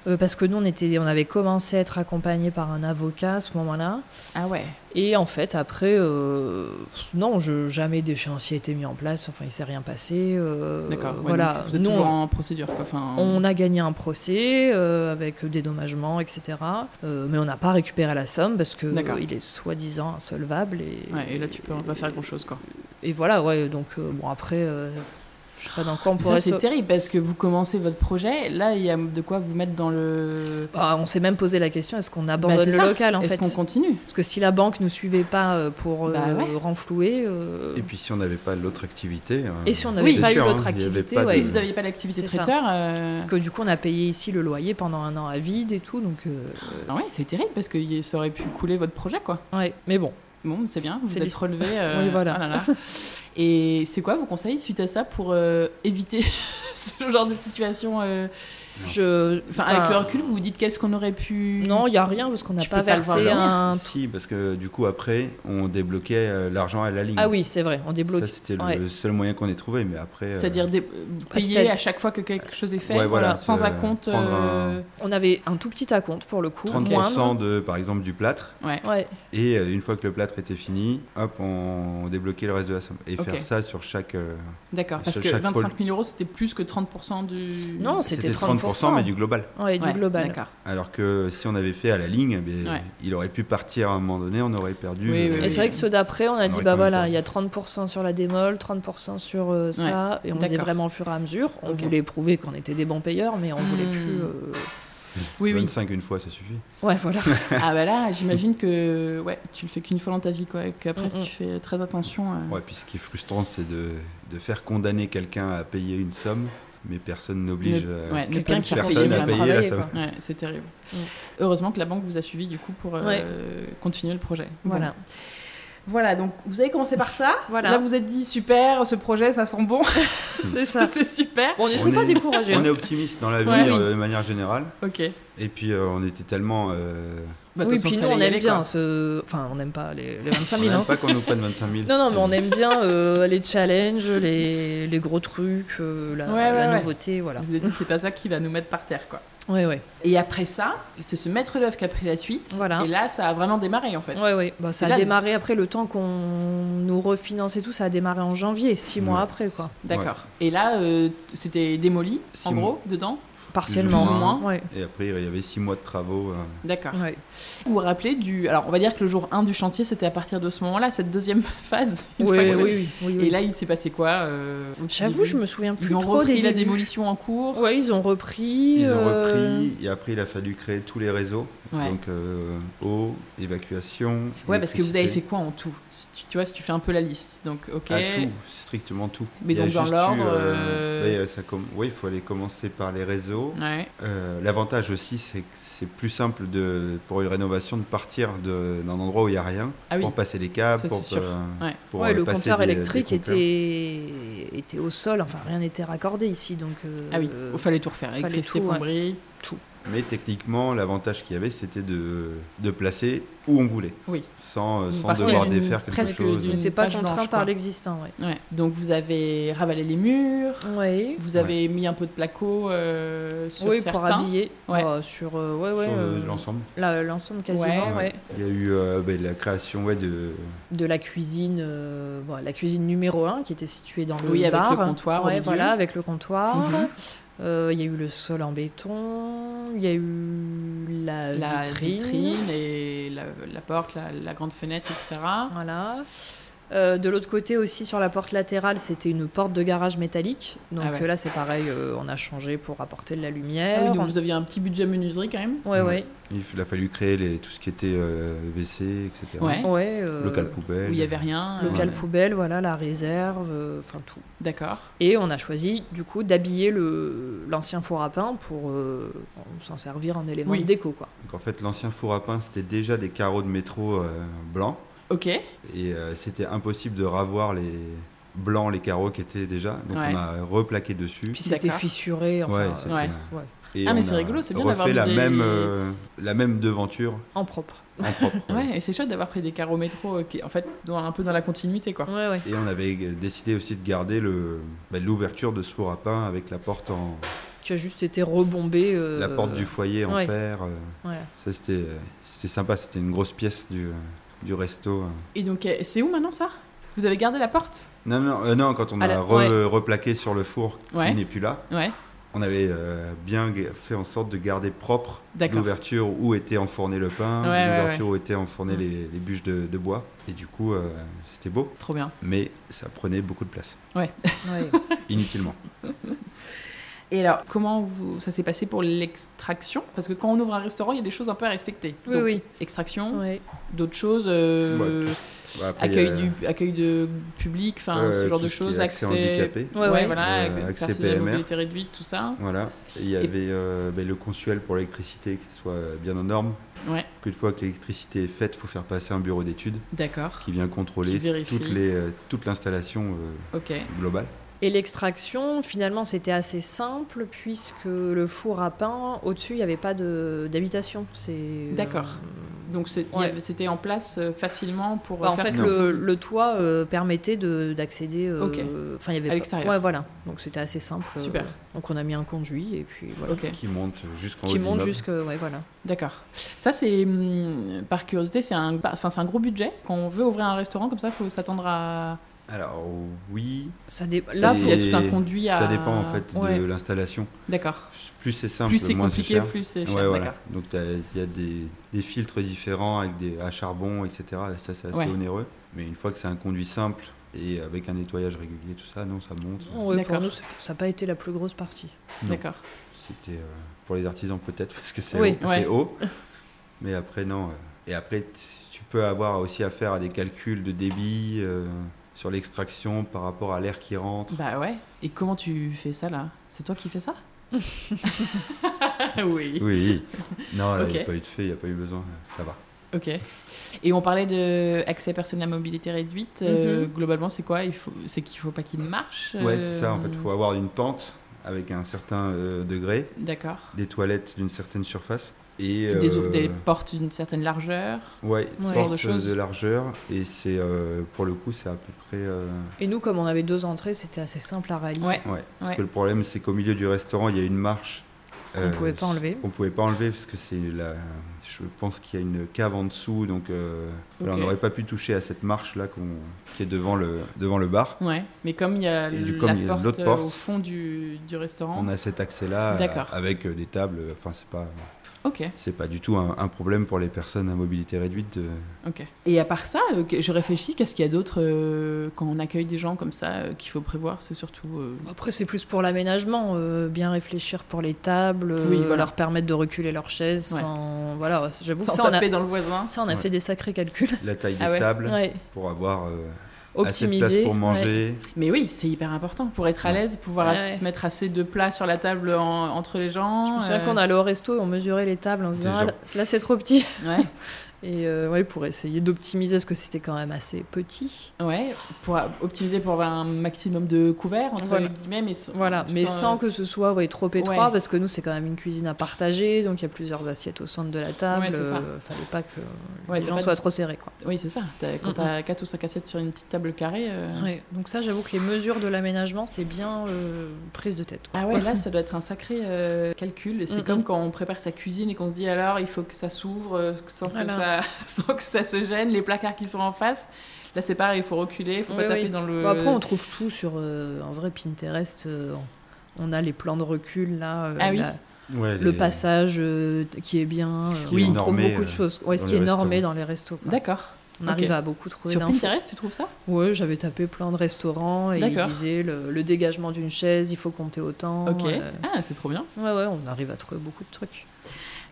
Euh, parce que nous, on, était, on avait commencé à être accompagné par un avocat à ce moment-là.
Ah ouais.
Et en fait, après, euh, non, je, jamais d'échéancier a été mis en place. Enfin, il s'est rien passé. euh,
D'accord. ouais,
voilà.
donc Vous êtes
Nous,
toujours
on-
en procédure. Quoi. Enfin,
on a gagné un procès euh, avec dédommagement, etc. Euh, mais on n'a pas récupéré la somme parce que
D'accord.
il est soi-disant insolvable. Et,
Ouais, et là, tu peux pas faire grand-chose. quoi.
Et voilà, ouais. Donc euh, bon, après, euh, je sais pas dans quoi on
Ça,
pourrait.
c'est
se-
terrible parce que vous commencez votre projet. Là, il y a de quoi vous mettre dans le.
Bah, on s'est même posé la question est-ce qu'on abandonne
Bah, c'est
le
ça.
local en
Est-ce
fait
qu'on continue
Parce que si la banque ne suivait pas euh, pour euh,
Bah ouais.
renflouer. euh,
Et puis si on n'avait pas l'autre activité. euh,
Et si on n'avait
c'était
pas eu
sûr,
l'autre
hein, il y avait
activité,
pas
ouais.
Si
de-
vous n'aviez pas l'activité
C'est ça.
traiteur. euh,
Parce que du coup, on a payé ici le loyer pendant un an à vide et tout, donc. euh,
Ah ouais, c'est terrible parce que y- ça aurait pu couler votre projet, quoi.
ouais. Mais bon,
Bon, c'est bien, vous
C'est
êtes
l'histoire. <laughs>
relevé. euh, ah
Oui, voilà.
Et c'est quoi vos conseils suite à ça pour euh, éviter <laughs> ce genre de situation euh,
je.
Enfin,
putain,
avec le recul, vous vous dites qu'est-ce qu'on aurait pu.
Non, il n'y a rien parce qu'on n'a
Tu
pas
peux pas le
versé
voir
un.
Si, parce que du coup, après, on débloquait euh, l'argent à la ligne.
Ah oui, c'est vrai, on débloque.
Ça, c'était
Ouais.
le seul moyen qu'on ait trouvé, mais après. euh,
C'est-à-dire dé- payer
c'est-à-
à chaque fois que quelque chose est fait,
Ouais, voilà,
voilà, sans
c'est-
acompte.
prendre
euh,
On avait un tout petit acompte pour le coup,
30%
moindre.
de, par exemple, du plâtre.
Ouais.
Ouais,
Et euh, une fois que le plâtre était fini, hop, on débloquait le reste de la somme. Et
Ok.
faire ça sur chaque. euh,
D'accord, parce
Sur
que
chaque
25 000 euros, c'était plus que 30% du.
Non, c'est- C'était 30%,
mais du global.
ouais, du
Ouais,
global.
D'accord.
Alors que si on avait fait à la ligne, ben,
Ouais.
il aurait pu partir à un moment donné, on aurait perdu. euh,
Oui, oui,
Et c'est vrai que ceux d'après, on a
Ah
Ouais,
dit,
quand
bah
même
voilà,
pas.
il y a 30% sur la démol, 30% sur euh, ça, et on faisait
D'accord.
vraiment au fur et à mesure. On
Ok.
voulait prouver qu'on était des bons payeurs, mais on voulait
Hmm.
plus. euh,
Oui, oui.
25 une fois, ça suffit.
Ouais, voilà.
Ah bah
<laughs>
là, j'imagine que ouais, tu le fais qu'une fois dans ta vie, quoi. Et qu'après,
Mm, mm.
tu fais très attention. euh.
Ouais, puis ce qui est frustrant, c'est de, de faire condamner quelqu'un à payer une somme, mais personne n'oblige
Ne-
euh,
ouais, ne pas
Quelqu'un
le
qui
faire
personne
payer
à
vraiment.
payer la
travailler,
somme.
Ouais, c'est terrible.
Mm.
Heureusement que la banque vous a suivi du coup pour euh,
Ouais.
continuer le projet.
voilà.
Bon. Voilà, donc vous avez commencé par ça.
<laughs> Voilà.
Là, vous vous êtes dit super, ce projet, ça sent bon.
C'est
<laughs>
ça.
C'est super.
Bon, on
On
n'était pas
est-
découragés. hein.
On est optimiste dans la vie
Ouais, oui.
euh, de manière générale.
Ok.
Et puis euh, on était tellement. euh,
Bah, de
oui,
toute façon,
puis nous,
fallait
on
y
aime
aller,
bien
quoi.
ce. Enfin, on n'aime pas les,
<laughs>
les 25
on
000.
n'aime
hein.
pas qu'on nous prenne 25 000.
Non, non, mais on aime bien euh, les challenges, les, les gros trucs, euh, la,
Ouais, ouais,
la
ouais.
nouveauté, voilà.
Vous vous êtes dit, c'est pas ça qui va nous mettre par terre, quoi.
Ouais, ouais.
Et après ça, c'est ce maître d'œuvre qui a pris la suite.
Voilà.
Et là, ça a vraiment démarré, en fait.
Ouais, ouais. Bah, ça
C'est
a
là,
démarré après le temps qu'on nous refinance et tout, ça a démarré en janvier, six mois
Ouais.
après, quoi.
D'accord. Et là, euh, c'était démoli,
Six
en
mois.
gros, dedans.
Partiellement.
Plus ou
moins.
Ouais.
Et après, il y avait 6 mois de travaux. euh,
D'accord.
Ouais.
Vous vous rappelez du. Alors, on va dire que le jour 1 du chantier, c'était à partir de ce moment-là, cette deuxième <laughs> phase.
Oui,
Une fois
oui,
que-
oui, oui, oui.
Et là, il s'est passé quoi euh, au tout
j'avoue,
début
je me souviens plus
Ils ont
trop
repris
des
la
débuts.
démolition en cours.
Ouais, ils ont repris.
Ils ont
euh,
repris, et après, il a fallu créer tous les réseaux.
Oh.
Ouais.
Donc, euh, eau, évacuation.
Ouais, parce que vous avez fait
électricité.
quoi en tout Si tu, tu vois, si tu fais un peu la liste. Donc, ok.
À tout, strictement tout.
Mais
Il y a
donc, dans
juste eu,
l'ordre,
euh,
euh,
ouais, ça com- Oui, il faut aller commencer par les réseaux.
Ouais.
Euh, L'avantage aussi, c'est que c'est plus simple de, pour une rénovation de partir de- d'un endroit où il n'y a rien
Ah oui.
pour passer les câbles,
Ça,
pour,
c'est sûr.
euh,
Ouais.
pour,
ouais,
euh,
le
passer
compteur
des- des
électrique
compteurs.
était... était au sol, enfin rien n'était raccordé ici, donc. euh,
Ah oui, il fallait tout refaire.
fallait
Électricité,
tout, ouais.
plomberie.
Mais techniquement, l'avantage qu'il y avait, c'était de, de placer où on voulait,
Oui.
sans, euh,
Vous
sans
partez
devoir
d'une-
défaire quelque
presque
chose.
On
d'une-
n'était pas
page
contraint
blanche, quoi.
par l'existant, ouais.
Ouais. Donc, vous avez ravalé les murs.
Ouais.
Vous avez mis un peu de placo euh, sur
oui,
certains.
pour habiller.
Ouais.
Bah, sur euh, ouais, ouais,
sur le-
euh,
l'ensemble.
la- l'ensemble quasiment.
Ouais.
ouais.
Il y a eu euh, ben, la création ouais, de.
De la cuisine, euh, bon, la cuisine numéro 1 qui était située dans le
Oui, avec
bar.
le comptoir au
Ouais,
milieu.
voilà, avec le comptoir.
Mhm.
Euh, Il y a eu le sol en béton. Il y a eu la,
la vitrine,
vitrine.
et la, la porte, la, la grande fenêtre, Ah etc.
Voilà. Euh, de l'autre côté aussi sur la porte latérale, c'était une porte de garage métallique. Donc
Ah ouais.
euh, là c'est pareil, euh, on a changé pour apporter de la
Ah
lumière.
oui, donc vous aviez un petit budget menuiserie quand même.
Ouais ouais
Il f- il a fallu créer les, tout ce qui était euh, WC, etc.
Ouais.
ouais. euh,
Local poubelle.
Où il n'y avait rien.
local
euh,
poubelle, voilà la réserve, euh, enfin tout.
D'accord.
Et on a choisi du coup d'habiller le l'ancien four à pain pour euh, s'en servir en élément
Oui.
de déco quoi.
Donc en fait, l'ancien four à pain, c'était déjà des carreaux de métro euh, blancs.
Ok.
Et euh, c'était impossible de ravoir les blancs, les carreaux qui étaient déjà. Donc
Ouais.
on a replaqué dessus.
Puis c'était
D'accord.
fissuré, enfin
Ouais,
euh,
c'était-
ouais.
ouais,
Et
Ah, mais
on
c'est
a
rigolo, c'est bien d'avoir
refait la
mis des-
même euh, la même devanture
en propre.
en propre.
<laughs> Ouais, et c'est chouette d'avoir pris des carreaux métro euh, qui, en fait, dans- un peu dans la continuité, quoi.
Ouais ouais.
Et on avait décidé aussi de garder le bah, l'ouverture de ce four à pain avec la porte en,
qui a juste été rebombé. euh,
La porte du foyer en
ouais.
fer. euh,
Ouais.
ça, c'était euh, c'était sympa. C'était une grosse pièce du, euh, du resto. euh.
Et donc, euh, c'est où maintenant ça Vous avez gardé la porte
Non, non, euh, non, quand on
À
a
la-
re-
ouais.
replaqué sur le four,
Ouais.
qui n'est plus là,
Ouais.
on avait euh, bien ga- fait en sorte de garder propre
D'accord.
l'ouverture où était enfourné le pain,
Ouais, ouais,
l'ouverture où étaient enfournées
Mm.
les, les bûches de, de bois. Et du coup, euh, c'était beau,
Trop bien.
mais ça prenait beaucoup de place,
<laughs>
Ouais.
inutilement.
Et alors, comment vous- ça s'est passé pour l'extraction Parce que quand on ouvre un restaurant, il y a des choses un peu à respecter.
Oui,
Donc,
oui.
Extraction,
Ouais.
d'autres choses, euh,
Bah, tout Bah, après,
accueil,
euh,
du, accueil de public, enfin
euh,
ce genre
tout
de
qui est
choses,
accès
accès.
handicapé.
Ouais,
Ouais, ouais.
voilà,
Euh, accès
personnel
PMR.
mobilité réduite, tout ça.
Voilà, Et il y avait euh, ben, le consuel pour l'électricité qui soit euh, bien aux normes.
Ouais.
Qu'une fois que l'électricité est faite, il faut faire passer un bureau d'études
D'accord.
qui vient contrôler
Qui vérifie.
toutes les, euh, toute l'installation euh,
Ok.
globale.
Et l'extraction, finalement, c'était assez simple puisque le four à pain, au-dessus, il n'y avait pas de- d'habitation. C'est, euh,
D'accord. Donc c'est- il y
Ouais.
avait- c'était en place euh, facilement pour
Bah,
euh,
en
faire
fait,
ce
Non.
que-
le, le toit euh, permettait de, d'accéder. euh,
Ok.
Enfin, il y avait
À
pas-
l'extérieur.
Ouais, voilà. Donc c'était assez simple. euh,
Super.
donc on a mis un conduit et puis voilà.
Ok.
Qui monte jusqu'en haut
Qui
de
monte
l'immeuble.
jusque. Ouais, voilà.
D'accord. Ça, c'est hum, par curiosité, c'est un, enfin, c'est un gros budget. Quand on veut ouvrir un restaurant comme ça, il faut s'attendre à.
Alors oui,
Ça dé- Là,
Et-
pour-
il y a tout un conduit à-
Ça dépend en fait
Ouais.
de l'installation.
D'accord.
Plus c'est simple,
Plus c'est
moins c'est
compliqué,
cher.
plus c'est cher.
Ouais, voilà.
D'accord.
Donc t'as- il y a des, des filtres différents avec des à charbon, etc. Ça c'est assez
Ouais.
onéreux. Mais une fois que c'est un conduit simple et avec un nettoyage régulier, tout ça, non, ça monte.
non, ouais,
D'accord.
pour nous, c'est- ça n'a pas été la plus grosse partie.
Non.
D'accord.
C'était euh, pour les artisans peut-être <laughs> parce que c'est
Oui,
haut,
ouais.
c'est haut. Mais après non. euh, Et après t- tu peux avoir aussi affaire à des calculs de débit euh, sur l'extraction par rapport à l'air qui rentre.
Bah ouais. Et comment tu fais ça là C'est toi qui fais
<laughs>
ça <laughs> Oui.
Oui.
<laughs>
Non, là, il n'y a
Ok.
pas eu de fait, il n'y a pas eu besoin. Ça va.
Ok. Et on parlait de accès personnel à mobilité réduite. euh, globalement, c'est quoi Il faut, c'est qu'il faut pas qu'il marche.
Ouais,
euh,
c'est ça. En fait, il faut avoir une pente avec un certain euh, degré,
D'accord.
des toilettes d'une certaine surface et
Des,
euh,
des portes d'une certaine largeur.
ouais,
Ce genre
portes
de choses.
de largeur. Et c'est euh, pour le coup, c'est à peu près. euh,
Et nous, comme on avait deux entrées, c'était assez simple à réaliser.
Ouais.
ouais. Parce
Ouais.
que le problème, c'est qu'au milieu du restaurant, il y a une marche.
Qu'on pouvait pas enlever.
On pouvait pas enlever parce que c'est la. Je pense qu'il y a une cave en dessous, donc euh, voilà,
Ok.
on n'aurait pas pu toucher à cette marche là qu'on qui est devant le devant le bar.
Ouais. Mais comme il y a
Et du-
l-
comme
la
il y a
porte,
l'autre
euh,
porte,
au fond du, du restaurant.
On a cet accès là
D'accord.
avec euh, des tables. Enfin, c'est pas.
Ok.
C'est pas du tout un, un problème pour les personnes à mobilité réduite. de-
Ok. Et à part ça, euh, que- je réfléchis, qu'est-ce qu'il y a d'autre euh, quand on accueille des gens comme ça euh, qu'il faut prévoir C'est surtout. euh,
Après, c'est plus pour l'aménagement, euh, bien réfléchir pour les tables, euh,
Oui, voilà.
leur permettre de reculer leurs chaises.
Ouais.
Sans... Voilà, j'avoue que
sans
ça, on a,
taper dans le voisin.
ça, on a
Ouais.
fait des sacrés calculs.
La taille des
Ah ouais.
tables
Ouais.
pour avoir euh, assez de
Optimiser.
place pour
ouais.
manger.
Mais oui, c'est hyper important pour être à
Ouais.
l'aise, pouvoir
Ouais,
as-
ouais.
se mettre assez de plats sur la table en- entre les gens.
Je me souviens
euh,
qu'on allait au resto et on mesurait les tables en se
Des
disant
gens.
Ah, là c'est trop petit. <laughs>
ouais,
Et euh, ouais, pour essayer d'optimiser parce que c'était quand même assez petit.
ouais, pour a- optimiser pour avoir un maximum de couverts entre
Voilà.
les guillemets, mais s-
Voilà,
tout
mais
en- euh,
sans que ce soit ouais, trop étroit
Ouais.
parce que nous c'est quand même une cuisine à partager donc il y a plusieurs assiettes au centre de la table.
Ouais, c'est ça.
euh, fallait pas que
Ouais,
les
t'as
gens
pas de-
soient trop serrés quoi.
Oui, c'est ça. T'as- quand
Mm,
t'as 4 ou 5 assiettes sur une petite table carrée. euh,
Ouais, donc ça, j'avoue que les mesures de l'aménagement, c'est bien euh, prise de tête. quoi.
Ah ouais,
<laughs>
là, ça doit être un sacré euh, calcul. C'est
Mm,
comme
mm.
quand on prépare sa cuisine et qu'on se dit alors il faut que ça s'ouvre euh, sans,
Voilà.
que ça, <laughs> sans que ça se gêne, les placards qui sont en face. Là, c'est pareil, il faut reculer, il faut pas
Oui,
taper
oui.
dans le.
Bon, après, on trouve tout sur euh, en vrai Pinterest. euh, on a les plans de recul là, euh,
Ah oui.
la-
Ouais,
le
les-
passage euh, qui est bien. euh,
qui est
on trouve
normé,
beaucoup de
euh,
choses. Ouais, ce
dans
qui est
les
normé
restaurants.
dans les restos. quoi.
D'accord.
On
ok.
arrive à beaucoup trouver
Sur
d'infos.
Pinterest, tu trouves ça
Ouais, j'avais tapé plan de restaurants et il
D'accord.
disait le, le dégagement d'une chaise, il faut compter autant.
Ok.
euh,
Ah, c'est trop bien.
ouais, ouais, on arrive à trouver beaucoup de trucs.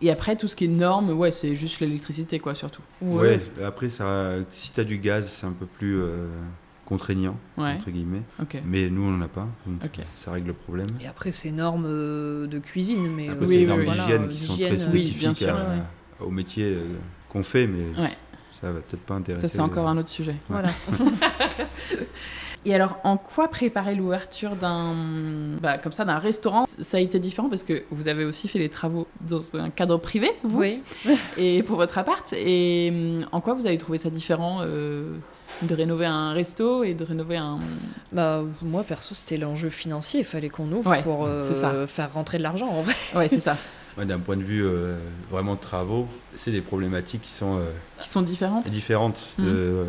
Et après, tout ce qui est norme, ouais, c'est juste l'électricité, quoi, surtout.
Ouais, après, ça, si t'as du gaz, c'est un peu plus euh, contraignant,
Ouais,
entre guillemets.
ok.
Mais nous, on n'en a pas, donc
Ok.
ça règle le problème.
Et après, ces normes euh, de cuisine, mais
Après,
oui,
euh,
c'est
oui,
les normes
oui.
d'hygiène
voilà,
qui sont
d'hygiène,
très
euh,
oui,
spécifiques
bien sûr,
à-
ouais, ouais.
au métier euh, qu'on fait, mais
Ouais.
ça va peut-être pas intéresser. euh,
Ça, c'est encore un autre sujet.
Voilà.
Et alors, en quoi préparer l'ouverture d'un, bah, comme ça, d'un restaurant Ça a été différent parce que vous avez aussi fait les travaux dans un cadre privé, vous,
Oui.
mm, et pour votre appart. Et hum, en quoi vous avez trouvé ça différent euh, De rénover un resto et de rénover un.
Bah, moi, perso, c'était l'enjeu financier. Il fallait qu'on ouvre
Ouais,
pour euh,
c'est ça.
faire rentrer de l'argent, en vrai.
Ouais, c'est ça.
Ouais, D'un point de vue euh, vraiment de travaux, c'est des problématiques qui sont euh,
Qui sont différentes.
différentes.
Mhm.
de, euh,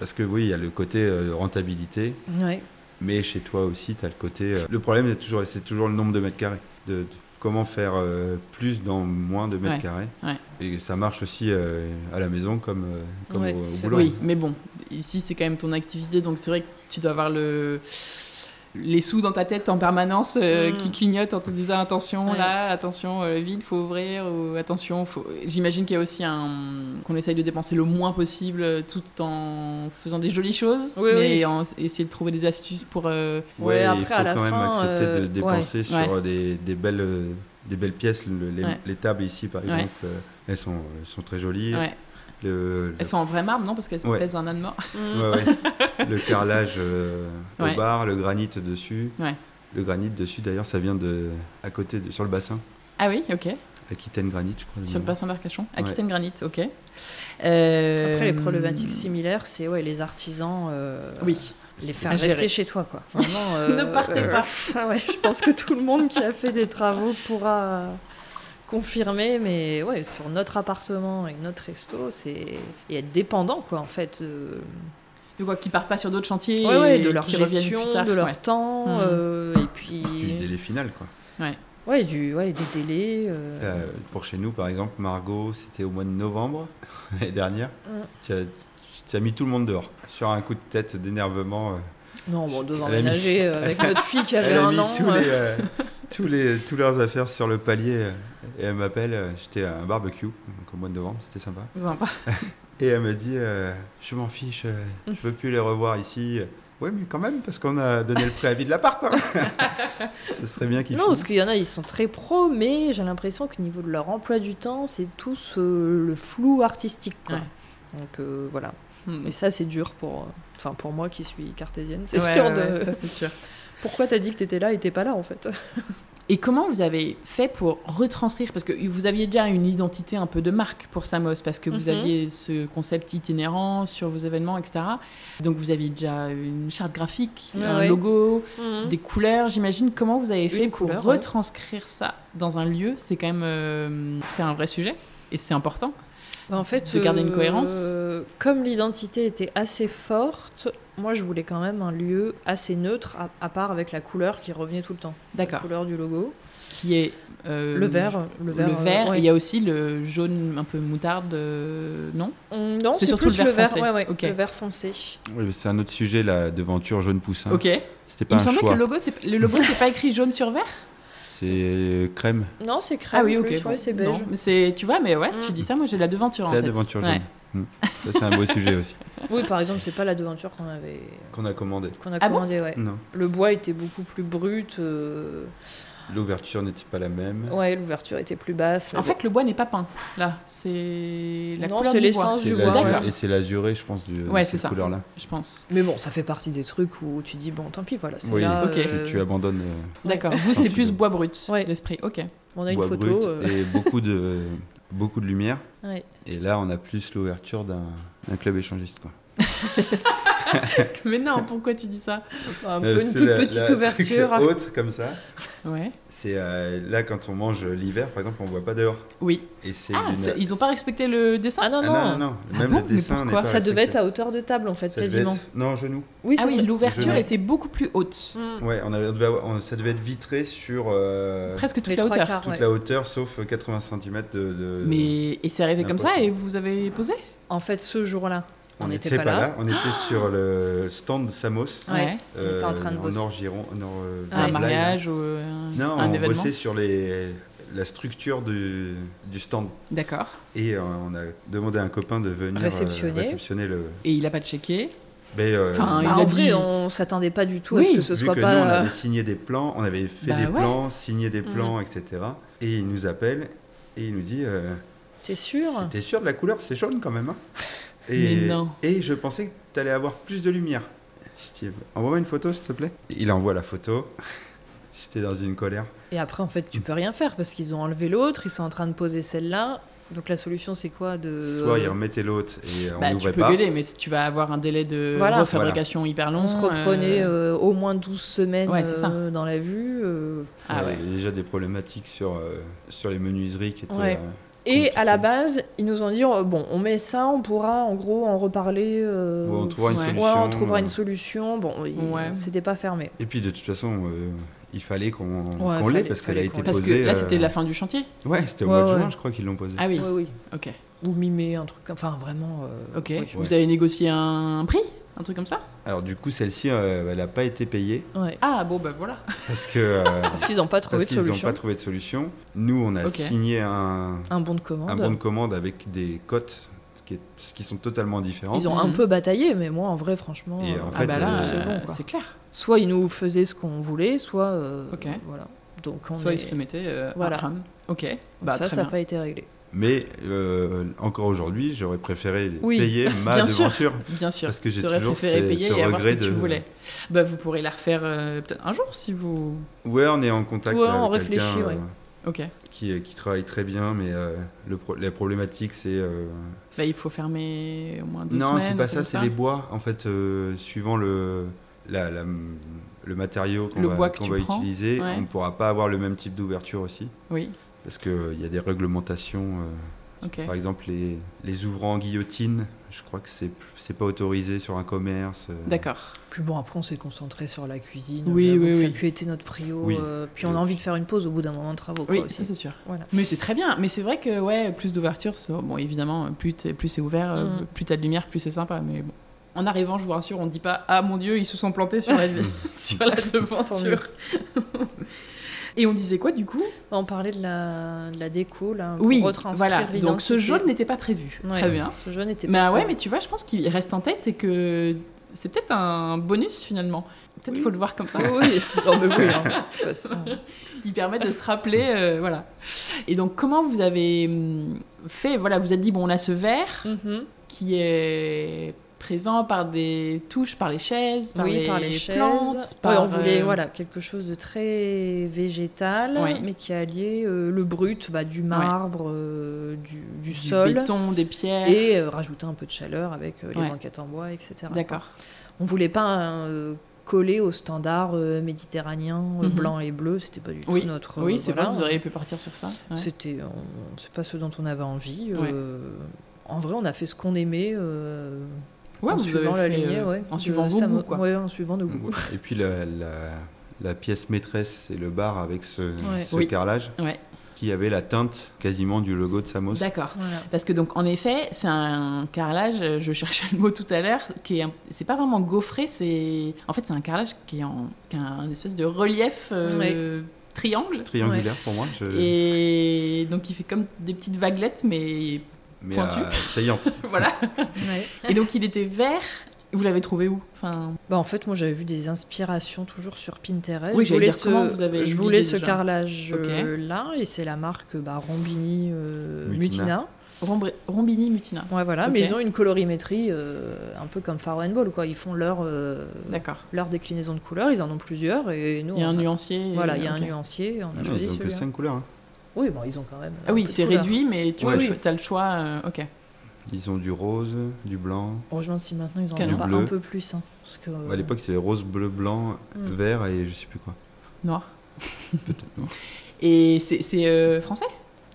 parce que oui, il y a le côté euh, rentabilité,
Mm.
Ouais.
mais chez toi aussi, tu as le côté. euh, le problème, c'est toujours, c'est toujours le nombre de mètres carrés. De, de comment faire euh, plus dans moins de mètres
Ouais,
carrés.
ouais.
Et ça marche aussi euh, à la maison comme, euh, comme
Ouais,
au, au
c'est
boulot.
vrai.
Oui, mais bon, ici c'est quand même ton activité, donc c'est vrai que tu dois avoir le les sous dans ta tête en permanence euh,
Mm.
qui clignotent en te disant attention
Ouais.
là, attention euh, vide, faut ouvrir ou attention. Faut... J'imagine qu'il y a aussi un qu'on essaye de dépenser le moins possible euh, tout en faisant des jolies choses,
Oui,
mais
oui.
en essayer de trouver des astuces pour. euh,
Ouais,
Ouais,
et
après,
il faut
à la
quand même
fin,
accepter
euh,
de dépenser sur
Ouais.
euh, des, des belles, euh, des belles pièces. Le- les,
Ouais.
les tables ici, par
Ouais.
exemple, euh, elles, sont, elles sont très jolies.
ouais.
Le, le-
Elles sont en vrai marbre, non Parce qu'elles
Ouais.
pèsent un âne mort.
ouais, ouais. le carrelage euh,
Ouais.
au bar, le granit dessus.
Ouais.
Le granit dessus, d'ailleurs, ça vient de à côté, de, sur le bassin.
Ah oui, ok.
Aquitaine Granit, je crois.
Sur le
nom.
bassin d'Arcachon, Aquitaine Granit, ok. Euh,
Après, les problématiques similaires, c'est ouais, les artisans, euh,
Oui.
les faire
À gérer.
rester chez toi. Quoi. <laughs> Vraiment, euh,
Ne partez
euh,
pas.
ah <laughs> ouais, je pense que tout le monde qui a fait des travaux pourra confirmer, mais ouais, sur notre appartement et notre resto, c'est et être dépendant, quoi, en fait. euh,
De quoi Qui partent pas sur d'autres chantiers
ouais, ouais,
et
de leur
qui reviennent
gestion,
plus tard,
de leur
ouais.
temps,
Mhm.
euh, et puis
Du délai final, quoi.
ouais, du ouais, des délais. euh,
Euh, pour chez nous, par exemple, Margot, c'était au mois de novembre <laughs> l'année dernière.
Mm.
Tu as, tu as mis tout le monde dehors. Sur un coup de tête d'énervement, euh,
Non, bon, devant
Elle a mis-
ménager euh,
<laughs>
avec notre fille qui avait
elle a
un
mis
an.
tous,
euh,
les, euh, tous, les, tous leurs affaires sur le palier. euh, et elle m'appelle, euh, j'étais à un barbecue, donc au mois de novembre, c'était sympa.
Sympa. <laughs>
Et elle me dit, euh, je m'en fiche, euh, je veux plus les revoir ici. Ouais, mais quand même, parce qu'on a donné le préavis de l'appart. <laughs> hein. Ce serait bien qu'ils
Non,
finissent.
parce qu'il y en a, ils sont très pros, mais j'ai l'impression qu'au niveau de leur emploi du temps, c'est tous euh, le flou artistique. Quoi.
Ouais.
Donc euh, voilà.
Hmm.
Mais ça, c'est dur pour, euh, enfin pour moi qui suis cartésienne. C'est
Ouais,
dur
ouais,
de.
ouais, ça c'est sûr.
Pourquoi t'as dit que t'étais là et t'es pas là en fait
Et comment vous avez fait pour retranscrire Parce que vous aviez déjà une identité un peu de marque pour Samos, parce que vous
Mhm.
aviez ce concept itinérant sur vos événements, etc. Donc vous aviez déjà une charte graphique,
Ouais,
un
ouais.
logo, des couleurs, j'imagine. Comment vous avez fait
Une
pour
couleur, ouais.
retranscrire ça dans un lieu C'est quand même euh, c'est un vrai sujet et c'est important.
Bah, En fait,
De garder une cohérence
euh, Comme l'identité était assez forte, moi je voulais quand même un lieu assez neutre, à, à part avec la couleur qui revenait tout le temps. La
D'accord.
couleur du logo.
Qui est euh,
le vert. Le
Le
vert.
vert,
euh,
et
ouais.
il y a aussi le jaune un peu moutarde, euh, non
Mm, Non,
C'est
c'est
surtout
plus
le
le
vert
vert,
foncé.
ouais, ouais,
Ok.
le vert foncé.
Oui, mais c'est un autre sujet, la devanture jaune poussin.
Ok.
C'était Ah. pas
Il me
un
semblait
choix.
que le logo, c'est le logo, c'est pas écrit jaune sur vert.
C'est euh, crème.
Non, c'est crème. plus,
Ah bon.
ouais, c'est
Non,
beige.
mais c'est, tu vois, mais ouais, tu
Mm.
dis ça, moi j'ai la devanture en
C'est la
tête.
devanture
Ouais.
jaune. Mm. Ça, c'est
<laughs>
un beau sujet aussi.
Oui, par exemple, c'est pas la devanture qu'on avait
Qu'on a commandé.
qu'on a
Ah bon
commandé, ouais.
Non.
Le bois était beaucoup plus brut, euh,
L'ouverture n'était pas la même.
ouais, l'ouverture était plus basse.
En fait, le bois n'est pas peint. Là, c'est la
Non,
couleur
c'est
du bois,
l'essence
C'est
du
l'azur-
bois,
D'accord.
Et c'est l'azuré, je pense, du,
Ouais,
de
c'est
cette
ça.
couleur-là.
Je pense.
mais bon, ça fait partie des trucs où tu dis bon, tant pis, voilà, c'est
Oui,
là.
Ok.
tu,
euh,
tu abandonnes euh,
D'accord. Vous,
<laughs>
c'était
tu
plus
veux.
bois brut,
Ouais.
l'esprit.
<laughs>
Ok.
On a une
bois
photo.
brut
euh,
et beaucoup de, beaucoup de lumière.
ouais.
Et là, on a plus l'ouverture d'un d'un club échangiste. Quoi.
mais non, pourquoi tu dis ça
Un
Euh,
peu une
c'est
toute
la-
petite
la
ouverture.
truc haute, comme ça.
Ouais.
C'est euh, là, quand on mange l'hiver, par exemple, on voit pas dehors.
Oui.
Et c'est
Ah,
une-
c'est- ils ont pas respecté le dessin.
Ah non,
Ah
non,
non, non, non.
Ah
Même
bon
le
Mais
dessin n'est
pourquoi
pas
ça devait être
respecté.
à hauteur de table en fait,
Ça devait
quasiment.
être- Non, genou.
Oui,
Ah
c'est
oui,
vrai.
l'ouverture
Jaune.
était beaucoup plus haute.
Mm.
Ouais, on, avait- on devait avoir- on- ça devait être vitré sur euh,
Presque toute
Les
la
trois
hauteur.
quarts,
toute
ouais.
la hauteur, sauf 80 cm de. de-
Mais et c'est arrivé comme ça
Euh, N'importe.
et vous avez posé
En fait, ce jour-là,
On n'était pas,
Bah,
là. On était sur le stand de Samos.
Ah,
euh,
Ouais. On était en train de bosser.
Nord Giron, Nord, euh,
Un
Blaye, là.
Ah, mariage ou euh,
Non,
un
on
événement.
bossait sur les, la structure du, du stand.
D'accord.
Et euh, on a demandé à un copain de venir euh,
Réceptionner.
réceptionner le.
Et il a pas checké.
Mais, euh,
Enfin,
Bah,
il
en
a
vrai,
dit-
on s'attendait pas du tout à
Ah Oui.
ce que ce
vu
soit
que
pas. euh,
nous, on avait signé des plans, on avait fait
euh, Bah
des
ouais. Mmh.
plans, signé des plans, etc. Et il nous appelle et il nous dit euh,
T'es sûr
C'était sûr de la couleur, c'est jaune quand même. hein. Et,
Mais non.
et je pensais que tu allais avoir plus de lumière. Je dis, envoie-moi une photo, s'il te plaît. Il envoie la photo. <laughs> J'étais dans une colère.
Et après, en fait, tu peux rien faire parce qu'ils ont enlevé l'autre, ils sont en train de poser celle-là. Donc la solution, c'est quoi de... euh,
Soit ils remettaient l'autre et on
Euh. Bah, tu
n'ouvrait
peux
pas.
gueuler, mais si tu vas avoir un délai de
Voilà.
refabrication hyper long.
On se reprenait
euh,
euh, au moins 12 semaines
Ouais, c'est ça.
euh, dans la vue. euh,
Ah
Il y
ouais.
avait déjà des problématiques sur, euh, sur les menuiseries qui étaient.
Ouais.
euh,
Et à la
Compliqué.
base, ils nous ont dit euh, bon, on met ça, on pourra en gros en reparler. euh,
où on trouvera une
Ouais.
solution.
ouais, on trouvera
euh.
une solution. Bon, il-
Ouais.
c'était pas fermé.
Et puis de toute façon, euh, il fallait qu'on qu'on
fallait-
l'ait parce qu'elle
fallait
a été
qu'on-
Parce
posée.
que là,
euh,
c'était la fin du chantier.
Ouais, c'était au
Ouais,
mois de
ouais.
juin, je crois qu'ils l'ont posée.
Ah oui.
Ouais, oui.
Ok.
Ou mimer un truc. Enfin, vraiment. euh,
Ok.
oui.
Vous avez négocié un prix, un truc comme ça
Alors du coup, celle-ci, euh, elle n'a pas été payée
Ouais.
Ah bon, bah voilà.
parce que
<laughs>
euh,
Parce qu'ils n'ont pas trouvé
parce
de
qu'ils n'ont
solution.
pas trouvé de solution. Nous, on a
Ok.
signé un,
Un bon de commande.
un bon de commande avec des cotes ce qui, est- ce qui sont totalement différentes.
Ils ont un
Mhm.
peu bataillé, mais moi, en vrai, franchement.
Et
euh,
en
ah
fait,
bah là,
euh,
c'est bon,
euh,
quoi.
c'est clair.
Soit ils nous faisaient ce qu'on voulait, soit. euh,
Ok.
Voilà. Donc, on
Soit
est-
ils se le mettaient. euh,
Voilà.
à Rome. Ok. Bah,
ça,
très
ça n'a
bien.
pas été réglé.
Mais euh, encore aujourd'hui, j'aurais préféré
<laughs>
Oui.
payer ma
Bien sûr.
devanture
Bien sûr.
parce que j'ai
T'aurais
toujours
préféré
ces-
payer
ce
et avoir ce
regret
que tu
de-
voulais. Bah, vous pourrez la refaire euh, peut-être un jour si vous.
Ouais, on est en contact
Ouais, on
avec
réfléchit,
quelqu'un euh,
Ok.
ouais.
qui, qui travaille très bien, mais euh, le pro- la problématique c'est euh,
Bah, il faut fermer au moins deux
non,
semaines.
c'est
un
pas
truc
ça,
comme
c'est les bois en fait, euh, suivant le la- la- le matériau qu'on
Le
va,
bois que
qu'on
tu
va
prends,
utiliser,
ouais.
on ne pourra pas avoir le même type d'ouverture aussi.
Oui.
Parce qu'il y a des réglementations. euh,
Ok.
Par exemple, les, les ouvrants en guillotine, je crois que c'est p- c'est pas autorisé sur un commerce. euh.
D'accord.
Puis bon, après, on s'est concentré sur la cuisine.
Oui,
J'avoue
oui,
que Ça a
oui.
pu être notre prio.
Oui.
euh, puis on a envie de faire une pause au bout d'un moment de travaux.
Oui,
quoi, aussi.
ça c'est sûr.
Voilà.
Mais c'est très bien. Mais c'est vrai que ouais, plus d'ouverture, ça- bon évidemment, plus t'es- plus c'est ouvert, euh,
Mm.
plus t'as de lumière, plus c'est sympa. Mais bon. En arrivant, je vous rassure, on ne dit pas ah mon dieu, ils se sont plantés
<laughs>
sur la <laughs> sur la
Tant mieux.
devanture. <laughs> Et on disait quoi du coup
On parlait de la, de la déco, là, pour
Oui,
retranscrire
voilà. Donc
l'identité.
ce jaune n'était pas prévu.
Ouais,
Très bien.
Ce jaune n'était
Mais
pas
ah ouais,
prévu.
mais tu vois, je pense qu'il reste en tête et que c'est peut-être un bonus finalement. Peut-être
Oui.
faut le voir comme ça. <laughs>
Oui, non, mais oui, hein, <laughs> de toute façon.
Il permet de se rappeler, euh, voilà. Et donc comment vous avez hum, fait Voilà, vous avez dit bon, on a ce verre.
Mhm.
qui est présent par des touches, par les chaises, par,
oui,
les,
par les chaises.
plantes.
Ouais,
par,
on voulait
euh,
voilà, quelque chose de très végétal,
Ouais.
mais qui alliait euh, le brut bah, du marbre, euh, du, du
du
sol,
béton, des pierres.
et euh, rajouter un peu de chaleur avec euh, les
Ouais.
banquettes en bois, etc.
D'accord.
On voulait pas euh, coller aux standards euh, méditerranéens euh,
Mhm.
blanc et bleu, c'était pas du tout
Oui.
notre.
Oui,
euh,
c'est
voilà,
vrai, vous
on-
auriez pu partir sur ça. ouais.
C'était, on- c'est pas ce dont on avait envie. euh, En vrai, on a fait ce qu'on aimait. euh,
Ouais,
en
vous
suivant la
avez fait,
lignée,
euh,
ouais,
En
de
suivant vos
Samo-
goûts, quoi.
ouais, en suivant
<laughs>
nos goûts.
Et puis la, la- la pièce maîtresse, c'est le bar avec ce,
Ouais.
ce
Oui.
carrelage
Ouais.
qui avait la teinte quasiment du logo de Samos.
D'accord.
Voilà.
Parce que donc en effet, c'est un carrelage. euh, Je cherchais le mot tout à l'heure, qui est, un- c'est pas vraiment gaufré. C'est en fait c'est un carrelage qui est en, qui a un espèce de relief euh, triangle.
Triangulaire pour moi, je-
Et donc il fait comme des petites vaguelettes, mais <laughs>
mais
pointu.
euh,
<laughs>
saillante.
voilà. Et donc il était vert. Vous l'avez trouvé où enfin,
Bah, en fait, moi, j'avais vu des inspirations toujours sur Pinterest.
Oui,
je
j'allais
voulais
dire,
ce,
comment vous avez eu
je voulais
l'idée
ce
déjà
carrelage euh, là, et c'est la marque bah, Rombini euh, Mutina.
Mutina.
Rombri- Rombini Mutina.
Ouais, voilà.
Ok.
Mais ils ont une colorimétrie euh, un peu comme Faro and Ball, quoi. Ils font leur euh,
D'accord.
leur déclinaison de couleurs. Ils en ont plusieurs, et nous,
Il y a
on
un
a-
nuancier.
Voilà, il y a
ok.
un nuancier. et On a
Non,
choisi
Ah, ils ont que
celui-là.
5 couleurs. hein.
Oui, bon, ils ont quand même.
Ah
un
oui,
peu euh, de
c'est
couleurs.
réduit, mais tu
Ouais,
as
oui.
le choix. euh, ok.
Ils ont du rose, du blanc.
Heureusement si maintenant ils en
Canon.
ont pas
Bleu.
un peu plus. hein, parce que,
Euh.
À l'époque, c'était rose, bleu, blanc,
Mm.
vert et je sais
<laughs>
plus quoi.
Noir.
Peut-être noir.
Et c'est c'est, euh, français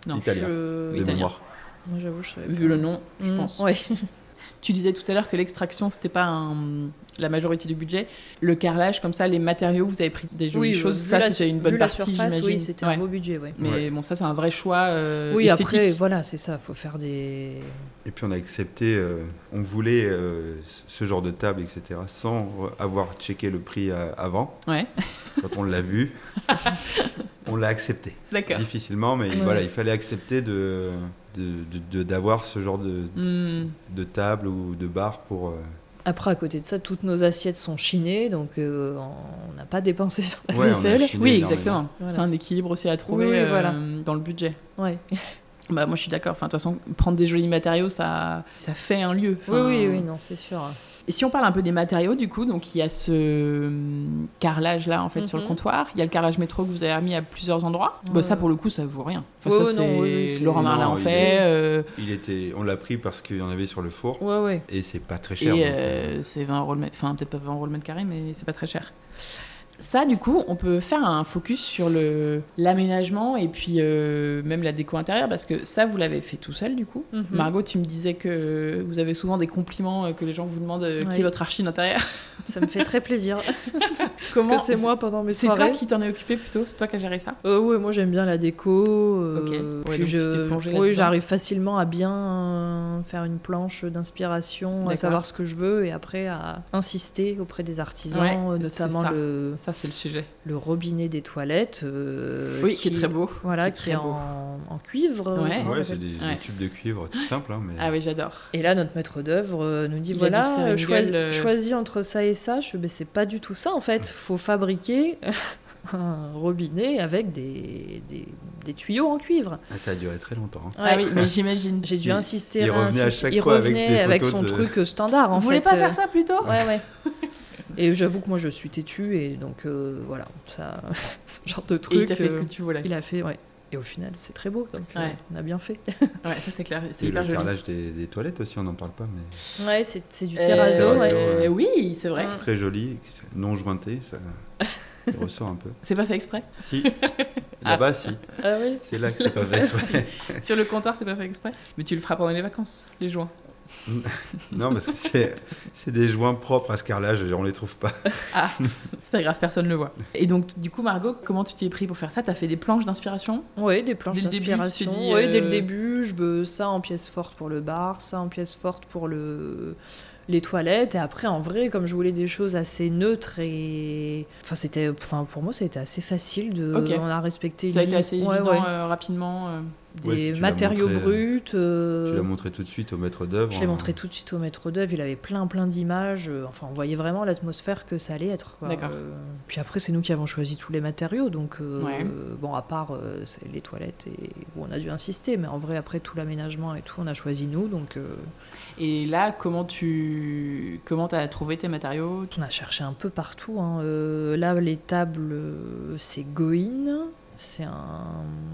Non.
Italien.
je-
de
italien.
mémoire.
Moi j'avoue, je savais
Vu le nom, je
Mm,
pense.
ouais.
Tu disais tout à l'heure que l'extraction, c'était pas un- la majorité du budget. Le carrelage, comme ça, les matériaux, vous avez pris des jolies
Oui, euh,
choses.
vu
Ça,
la-
c'était une
vu
bonne
la
partie,
surface,
j'imagine.
oui, c'était
Ouais.
un beau budget, ouais.
Mais
Ouais.
bon, ça, c'est un vrai choix euh,
oui,
esthétique.
après, voilà, c'est ça, faut faire des.
Et puis on a accepté, euh, on voulait euh, ce genre de table, etc., sans re- avoir checké le prix euh, avant.
Ouais.
<laughs> Quand on l'a vu, on l'a accepté.
D'accord.
Difficilement, mais
Ouais.
voilà, il fallait accepter de de- de- de- d'avoir ce genre de,
Hmm.
de table ou de bar pour... euh,
Après, à côté de ça, toutes nos assiettes sont chinées, donc euh, on n'a pas dépensé sur la
Ouais, on a
vaisselle.
chiné
Oui,
énormément.
exactement.
Voilà.
C'est un équilibre aussi à trouver
oui, voilà.
euh, dans le budget.
Ouais.
Bah, moi je suis d'accord. Enfin, de toute façon, prendre des jolis matériaux, ça, ça fait un lieu.
Oui,
Enfin,
oui, oui, non, c'est sûr.
Et si on parle un peu des matériaux, du coup, donc il y a ce euh, carrelage-là, en fait, sur le
Mhm.
comptoir. Il y a le carrelage métro que vous avez remis à plusieurs endroits. Bah, ça,
Ouais.
pour le coup, ça vaut rien. Enfin,
Ouais,
ça,
ouais, non,
c'est...
ouais, ouais, c'est-
Laurent Marlin
Non,
en
il
fait.
est-
euh,
Il était, on l'a pris parce qu'il y en avait sur le four
Ouais, ouais.
et c'est pas très cher.
Et
donc,
euh, c'est 20 euros le mètre, enfin peut-être pas 20 euros le mètre carré, mais c'est pas très cher. Ça, du coup, on peut faire un focus sur le l'aménagement et puis euh, même la déco intérieure, parce que ça, vous l'avez fait tout seul, du coup.
Mhm.
<laughs> Margot, tu me disais que vous avez souvent des compliments euh, que les gens vous demandent euh, qui
Ouais.
est votre archi d'intérieur.
Ça me fait très plaisir. <laughs> Parce
Comment
que c'est moi pendant mes
C'est toi
soirées.
qui t'en es occupé plutôt, c'est toi qui as géré ça.
Euh, ouais, moi j'aime bien la déco. euh,
Ok. Ouais,
puis
donc tu t'es
je-
plongée
oui,
là-dedans.
j'arrive facilement à bien euh, faire une planche d'inspiration, à
D'accord.
savoir ce que je veux et après à insister auprès des artisans,
Ouais,
euh,
c'est
notamment
ça.
le,
Ça, c'est le sujet.
le robinet des toilettes. euh,
oui, qui est très beau.
Voilà,
qui est
qui est,
très beau.
en, en cuivre.
euh, Ouais.
je crois,
Ouais,
en
c'est
fait.
des, des
Ouais.
tubes de cuivre tout simple, hein, mais
Ah oui, j'adore.
Et là, notre maître d'œuvre euh, nous dit
Il a dû
voilà,
faire une
euh, choisi,
gueule, euh. Mm.
choisis entre ça et ça. Je fais, ben, c'est pas du tout ça en fait.
<laughs>
Faut fabriquer un robinet avec des, des, des tuyaux en cuivre.
Ah, ça a duré très longtemps. hein.
Ah
Ouais.
oui, mais j'imagine.
J'ai dû
Il-
insister.
il revenait à
réinsister.
chaque
il
fois avec
revenait
des
avec,
photos
son
de-
truc euh, standard en
Vous voulez
fait.
pas
euh,
faire ça plutôt <laughs>
Ouais, ouais. Et j'avoue que moi je suis têtue et donc euh, voilà, ça, <laughs> ce genre de truc.
Et il t'a fait ce
euh,
que tu voulais.
il a fait, ouais. Et au final, c'est très beau, donc euh,
Ouais.
on a bien fait.
Ouais, ça c'est clair, c'est
Et
hyper
le
joli.
carrelage des, des toilettes aussi, on n'en parle pas, mais
Ouais, c'est c'est du
Euh,
terrazzo,
terrazzo,
ouais.
euh, Oui, c'est vrai.
Mm.
très joli, non jointé,
<laughs>
ça il ressort un peu.
C'est pas fait
<laughs>
exprès.
Si, là-bas, si,
Ah oui.
c'est là que c'est pas vrai. ouais.
Sur le comptoir, c'est pas fait exprès. Mais tu le feras pendant les vacances, les joints.
Non, parce que c'est c'est des joints propres à ce carrelage, on les trouve pas.
C'est pas grave, personne le voit. Et donc, du coup, Margot, comment tu t'y es pris pour faire ça T'as fait des planches d'inspiration
Oui, des planches
Dès le début, tu
d'inspiration.
t'es dit,
Ouais, dès
euh,
le début, je veux ça en pièce forte pour le bar, ça en pièce forte pour le les toilettes et après en vrai comme je voulais des choses assez neutres et enfin c'était enfin pour moi c'était assez facile de
Ok.
on a respecté
Ça a
une-
été assez
ouais,
évident
ouais.
euh, rapidement. euh.
Ouais,
des
puis tu l'as
matériaux
montré, euh,
bruts euh,
Tu l'as montré tout de suite au maître d'œuvre.
je l'ai
hein.
montré tout de suite au maître d'œuvre, il avait plein plein d'images, euh, enfin on voyait vraiment l'atmosphère que ça allait être. quoi.
D'accord.
Euh, puis après c'est nous qui avons choisi tous les matériaux, donc euh,
Ouais.
bon à part euh, c'est les toilettes et où on a dû insister, mais en vrai après tout l'aménagement et tout on a choisi nous, donc euh,
Et là, comment tu comment t'as trouvé tes matériaux
on a cherché un peu partout. hein. Euh, là les tables euh, c'est Goin. C'est un.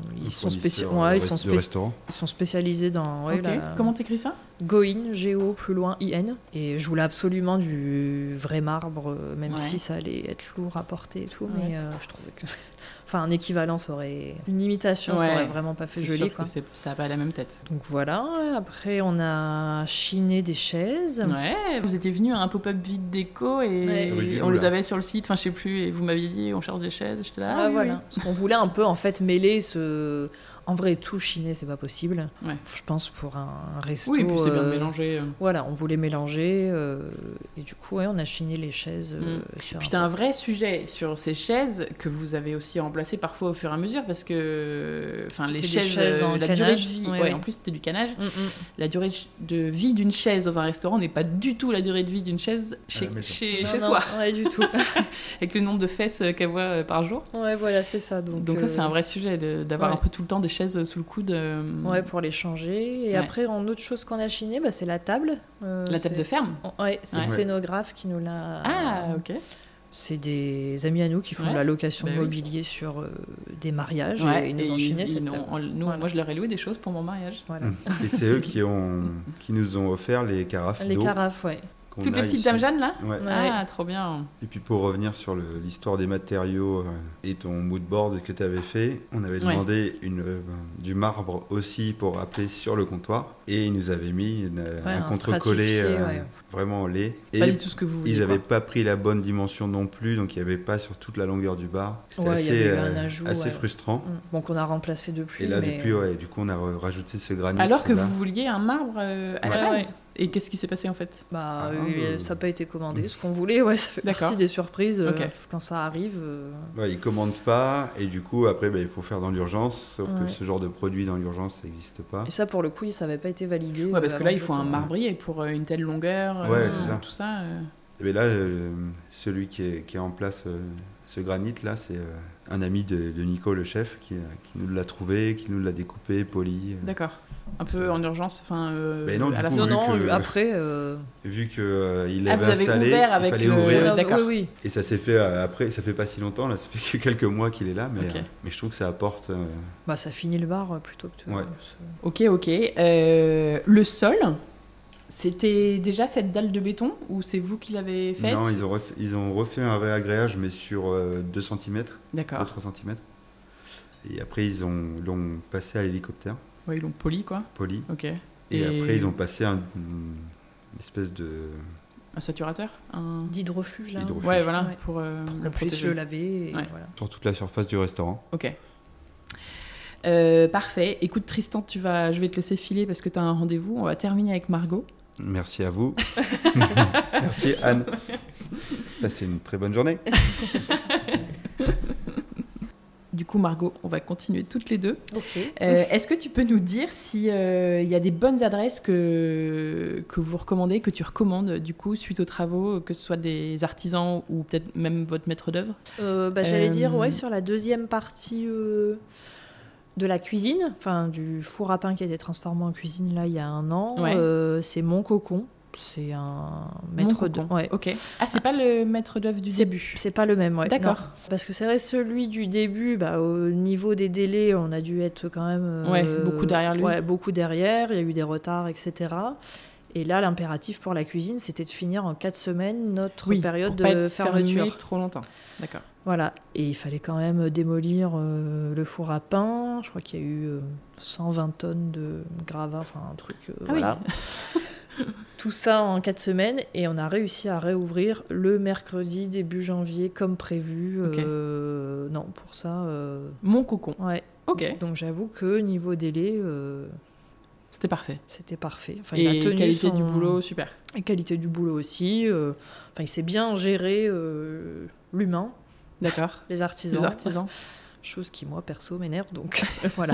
Le
Ils sont, spéci-
fournisseur, euh,
ouais, ils, sont
rest- de
spéci-
restaurant.
ils sont spécialisés dans. ouais,
Ok.
la-
Comment t'écris ça
Goin, Géo, plus loin, IN. Et je voulais absolument du vrai marbre, euh, même
Ouais.
si ça allait être lourd à porter et tout.
Ouais.
Mais euh, je trouvais que. <laughs> Enfin, un équivalent, ça aurait. Une imitation,
Ouais.
ça aurait vraiment pas fait
C'est
joli,
sûr
quoi.
que c'est- ça a pas la même tête.
Donc voilà. Après, on a chiné des chaises.
Ouais, vous étiez venu à un pop-up vide déco et
Ouais.
Ah Oui, du
on
coup,
les
là.
avait sur le site, enfin je sais plus, et vous m'aviez dit on cherche des chaises, j'étais là.
Ah,
ah, oui,
voilà.
oui.
Parce qu'on voulait un peu en fait mêler ce. En vrai, tout chiner, c'est pas possible.
Ouais.
Je pense pour un resto.
Oui, et puis c'est bien de
euh,
mélanger. euh.
Voilà, on voulait mélanger. euh, et du coup, ouais, on a chiné les chaises. euh, sur
Puis t'as un vrai sujet sur ces chaises que vous avez aussi remplacées parfois au fur et à mesure parce que enfin les
C'était des
chaises,
chaises
euh,
en
la
canage.
durée de vie,
Ouais,
ouais,
ouais.
en plus c'était du canage,
Mm, mm.
la durée de ch- de vie d'une chaise dans un restaurant n'est pas du tout la durée de vie d'une chaise chez,
la maison.
chez,
Non,
chez
non,
soi
<laughs> Ouais,
<laughs>
du tout.
avec le nombre de fesses euh, qu'elle voit euh, par jour.
Ouais, voilà, c'est ça.
Donc,
Donc,
ça
euh,
c'est un vrai sujet de- d'avoir
ouais.
un peu tout le temps des chaises sous le coude. euh,
Ouais, pour les changer. Et
Ouais.
après, en autre chose qu'on a chiné, bah, c'est la table. Euh,
la table
c'est-
de ferme.
Oh, Ouais, c'est
Ouais.
le scénographe qui nous l'a.
Ah ok.
C'est des amis à nous qui font
Ouais.
de la location
Bah
de
oui.
mobilier sur euh, des mariages
Ouais,
et ils nous
et
ont
ils-
chiné
ils
cette
n'ont-
table.
on- nous,
Voilà.
moi je leur ai loué des choses pour mon mariage.
Voilà.
Et c'est eux qui, ont, qui nous ont offert les carafes
Les
d'eau.
carafes, ouais.
qu'on
Toutes
a
les petites
ici.
dames Jeanne là.
Ouais.
Ouais.
Ah trop bien.
Et puis pour revenir sur le- l'histoire des matériaux euh, et ton mood board que tu avais fait, on avait
Ouais.
demandé une, euh, du marbre aussi pour appeler sur le comptoir et ils nous avaient mis une, euh,
Ouais,
un
un
contre-collé
stratifié,
euh,
ouais.
vraiment en lait. Et
Pas du tout ce que vous voulez.
ils n'avaient pas pris la bonne dimension non plus, donc il n'y avait pas sur toute la longueur du bar. C'était
Ouais, il y avait
assez,
eu un
euh,
ajout,
assez
ouais.
frustrant.
Mm. Bon, qu'on a remplacé depuis.
Et là,
mais...
depuis, ouais, du coup, on a re- rajouté ce granit.
Alors que
là.
vous vouliez un marbre euh, à la
Ouais,
base. Et qu'est-ce qui s'est passé en fait
Bah,
Ah,
il-
euh.
ça n'a pas été commandé. Ce qu'on voulait, ouais, ça fait
D'accord.
partie des surprises. euh,
Ok.
Quand ça arrive, euh,
Ouais, ils commandent pas, et du coup, après, ben, il faut faire dans l'urgence, sauf
Ouais.
que ce genre de produit dans l'urgence, ça n'existe pas.
Et ça, pour le coup, ça n'avait pas été validé.
Ouais, parce que
avant
là, il
je
faut un
commande.
marbrier pour euh, une telle longueur,
Ouais,
c'est
ça. Eh ben
tout ça. euh.
Mais là, euh, celui qui est, qui est en place, euh, ce granit-là, c'est euh, un ami de, de Nico, le chef, qui, euh, qui nous l'a trouvé, qui nous l'a découpé, poli. euh.
D'accord. Un peu en urgence, enfin. euh,
Ben non, du
à la
coup,
fin.
Non,
vu
non,
que-
je- après. euh,
Vu qu'il il
Ah,
l'avait
vous avez
installé,
ouvert
il
avec
fallait
le-
ouvrir.
Ouais,
on a-
d'accord.
oui, oui.
Et ça s'est fait euh, après, ça fait pas si longtemps, là, ça fait que quelques mois qu'il est là, mais,
Ok.
euh, mais je trouve que ça apporte. euh,
Bah, ça finit le bar euh, plutôt que. de-
Ouais.
Ok, ok. Euh, le sol, c'était déjà cette dalle de béton ou c'est vous qui l'avez faite
Non, ils ont, refait, ils ont refait un réagréage, mais sur euh, 2 cm,
D'accord.
3 cm. Et après, ils ont- l'ont passé à l'hélicoptère,
Ouais, ils l'ont poli, quoi.
poli.
Ok.
Et,
Et-
après, ils ont passé un- une espèce de.
Un saturateur un...
D'hydrofuge, là.
Hydrofuge.
Ouais, voilà,
Ouais.
pour, euh,
Pour
le
qu'on puisse
protéger.
le laver. et
Ouais.
voilà.
sur toute la surface du restaurant.
Ok. Euh, parfait. Écoute, Tristan, tu vas... je vais te laisser filer parce que tu as un rendez-vous. On va terminer avec Margot.
Merci à vous. Merci Anne. Passez une très bonne journée.
Du coup, Margot, on va continuer toutes les deux.
Ok.
Euh, Est-ce que tu peux nous dire s'il y a des bonnes adresses que, que vous recommandez, que tu recommandes, du coup, suite aux travaux, que ce soit des artisans ou peut-être même votre maître d'œuvre
Euh, bah, J'allais
Euh,
dire, ouais, sur la deuxième partie euh, de la cuisine, enfin du four à pain qui a été transformé en cuisine là il y a un an,
Ouais.
euh, c'est Mon Cocon. C'est un
Mon
maître de.
cocon.
ouais.
Ok. Ah, c'est pas le maître d'œuvre du
C'est-
début.
C'est pas le même, ouais.
D'accord.
Non. Parce que c'est vrai, celui du début, bah, au niveau des délais, on a dû être quand même. euh,
Ouais, beaucoup derrière lui.
Ouais, beaucoup derrière, il y a eu des retards, etc. Et là, l'impératif pour la cuisine, c'était de finir en 4 semaines notre période
pour pas
de
être fermé
fermeture.
trop longtemps. D'accord.
Voilà, et il fallait quand même démolir euh, le four à pain. Je crois qu'il y a eu euh, 120 tonnes de gravats, enfin un truc. euh,
Ah oui. <laughs>
voilà. Tout ça en 4 semaines, et on a réussi à réouvrir le mercredi début janvier comme prévu.
Ok.
Euh, non, pour ça, euh,
Mon cocon.
ouais.
Ok.
Donc j'avoue que niveau délai, euh,
C'était parfait.
c'était parfait. Enfin,
Et
il a tenu
qualité
son-
du boulot, super.
Et qualité du boulot aussi. euh, Enfin, il s'est bien géré euh, l'humain,
D'accord. <laughs>
les
Les
artisans.
artisans.
Chose qui, moi, perso, m'énerve, donc <laughs> voilà.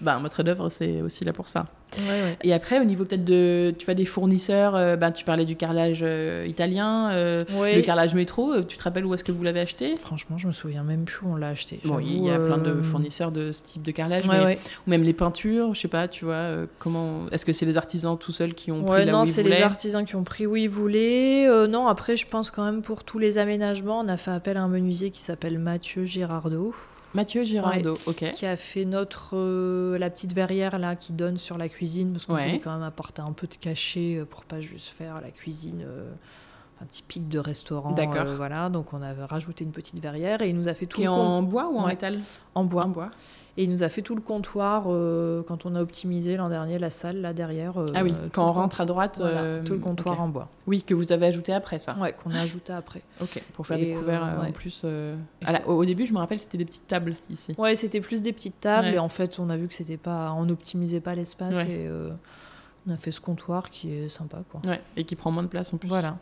Bah, un maître d'œuvre, c'est aussi là pour ça.
Ouais, ouais.
Et après, au niveau peut-être de, tu vois, des fournisseurs, euh, bah, tu parlais du carrelage euh, italien, euh, le carrelage métro, euh, tu te rappelles où est-ce que vous l'avez acheté
Franchement, je me souviens même plus où on l'a acheté.
Bon,
J'avoue,
il y a plein de
euh,
fournisseurs de ce type de carrelage,
Ouais,
mais-
ouais.
ou même les peintures, je sais pas, tu vois, euh, comment, est-ce que c'est les artisans tout seuls qui ont
Ouais,
pris là
non,
où ils
c'est
voulaient
les artisans qui ont pris où ils voulaient. Euh, non, après, je pense quand même pour tous les aménagements, on a fait appel à un menuisier qui s'appelle Mathieu Girardeau,
Mathieu Girardeau, ok.
qui a fait notre euh, la petite verrière là qui donne sur la cuisine, parce qu'on
Ouais.
voulait quand même apporter un peu de cachet euh, pour pas juste faire la cuisine. euh, enfin, typique de restaurant,
D'accord.
euh, voilà. Donc on avait rajouté une petite verrière et il nous a fait tout
Qui est
le
en bois ou en
Ouais.
métal
com- en bois.
En bois.
Et il nous a fait tout le comptoir euh, quand on a optimisé l'an dernier la salle là derrière. euh,
Ah oui,
tout
quand
le
on rentre à droite.
comptoir- voilà,
euh,
tout le comptoir
ok.
en bois.
Oui, que vous avez ajouté après ça.
Ouais, qu'on a ajouté après.
Ok, pour faire
Et,
des couverts
euh,
euh, en
ouais.
plus. euh, à la- au au début, je me rappelle, c'était des petites tables ici.
Ouais, c'était plus des petites tables
Ouais.
et en fait, on a vu que c'était pas, on n'optimisait pas l'espace
Ouais.
et euh, on a fait ce comptoir qui est sympa quoi.
Ouais, et qui prend moins de place en plus.
Voilà.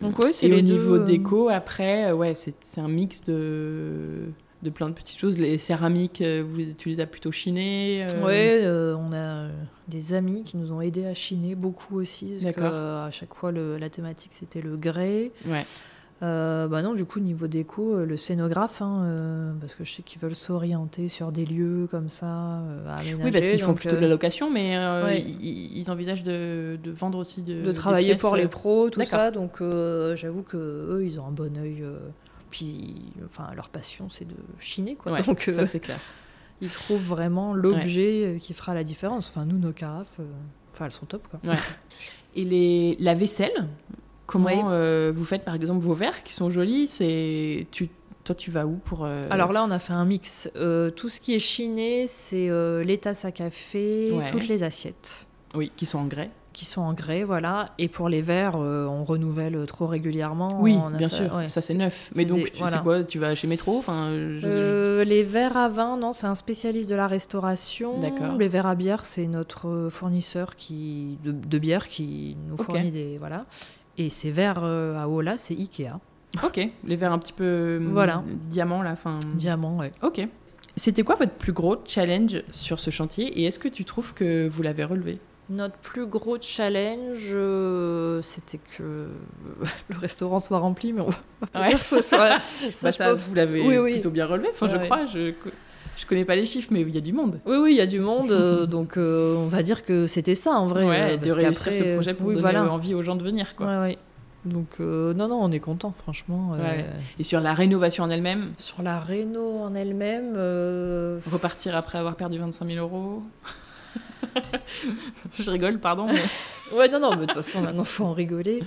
Donc ouais, c'est
Et
les
au
deux,
niveau
euh,
déco, après, euh, ouais, c'est c'est un mix de, de plein de petites choses. Les céramiques, euh, vous les- tu les as plutôt chinées. euh,
Ouais, euh, on a euh, des amis qui nous ont aidés à chiner beaucoup aussi. Parce que,
D'accord.
euh, à chaque fois, le- la thématique c'était le grès.
ouais.
Euh, bah non, du coup, niveau déco, euh, le scénographe, hein, euh, parce que je sais qu'ils veulent s'orienter sur des lieux comme ça, euh, à aménager.
Oui, parce qu'ils font
donc,
plutôt de
euh,
la location, mais euh,
ouais.
ils, ils envisagent de, de vendre aussi de.
de
des
travailler
pièces,
pour les
euh,
pros, tout
D'accord.
ça. Donc, euh, j'avoue que eux, ils ont un bon œil. euh, puis, enfin, leur passion, c'est de chiner, quoi.
ouais,
donc, euh,
ça, c'est clair.
ils trouvent vraiment l'objet euh, qui fera la différence. Enfin, nous, nos carafes, euh, enfin, elles sont top, quoi.
Et les, la vaisselle, comment
Oui.
euh, vous faites par exemple vos verres qui sont jolis C'est tu, toi tu vas où pour euh,
Alors là, on a fait un mix. Euh, tout ce qui est chiné, c'est euh, les tasses à café,
Ouais.
toutes les assiettes.
oui qui sont en grès
qui sont en grès, voilà. Et pour les verres, euh, on renouvelle trop régulièrement.
Oui,
Oh, On a
bien
fait-
sûr,
ouais. Euh,
ça c'est neuf. Mais
c'est
donc
des-
tu sais
voilà.
quoi Tu vas chez Métro Enfin, je- je-
Euh, les verres à vin, non, c'est un spécialiste de la restauration.
D'accord.
Les verres à bière, c'est notre euh, fournisseur qui de, de bière qui nous
Ok.
fournit des voilà. Et ces verres euh, à eau là, c'est Ikea,
Ok, les verres un petit peu hum,
Voilà.
diamant là. Enfin,
diamant, ouais.
ok. C'était quoi votre plus gros challenge sur ce chantier et est-ce que tu trouves que vous l'avez relevé
Notre plus gros challenge, euh, c'était que <laughs> le restaurant soit rempli, mais on va pas
Ouais. <laughs>
dire que ce soit. ça,
Bah,
je
ça,
pense-
vous l'avez
Oui, oui.
plutôt bien relevé. Enfin, je
Ouais.
crois. Je, co- je connais pas les chiffres, mais il y a du monde.
Oui, oui, il y a du
<laughs>
monde, euh, donc euh, on va dire que c'était ça en vrai.
ouais,
euh,
de
parce
réussir
qu'après,
ce projet pour
oui,
donner
voilà.
envie aux gens de venir. Quoi.
Ouais, ouais. Donc, euh, non, non, on est content, franchement. euh,
Ouais. Et sur la rénovation en elle-même,
Sur la réno en elle-même, euh,
repartir après avoir perdu 25 000 euros. <laughs> je rigole, pardon. mais-
Ouais, non, non, mais de toute façon, maintenant, faut en rigoler.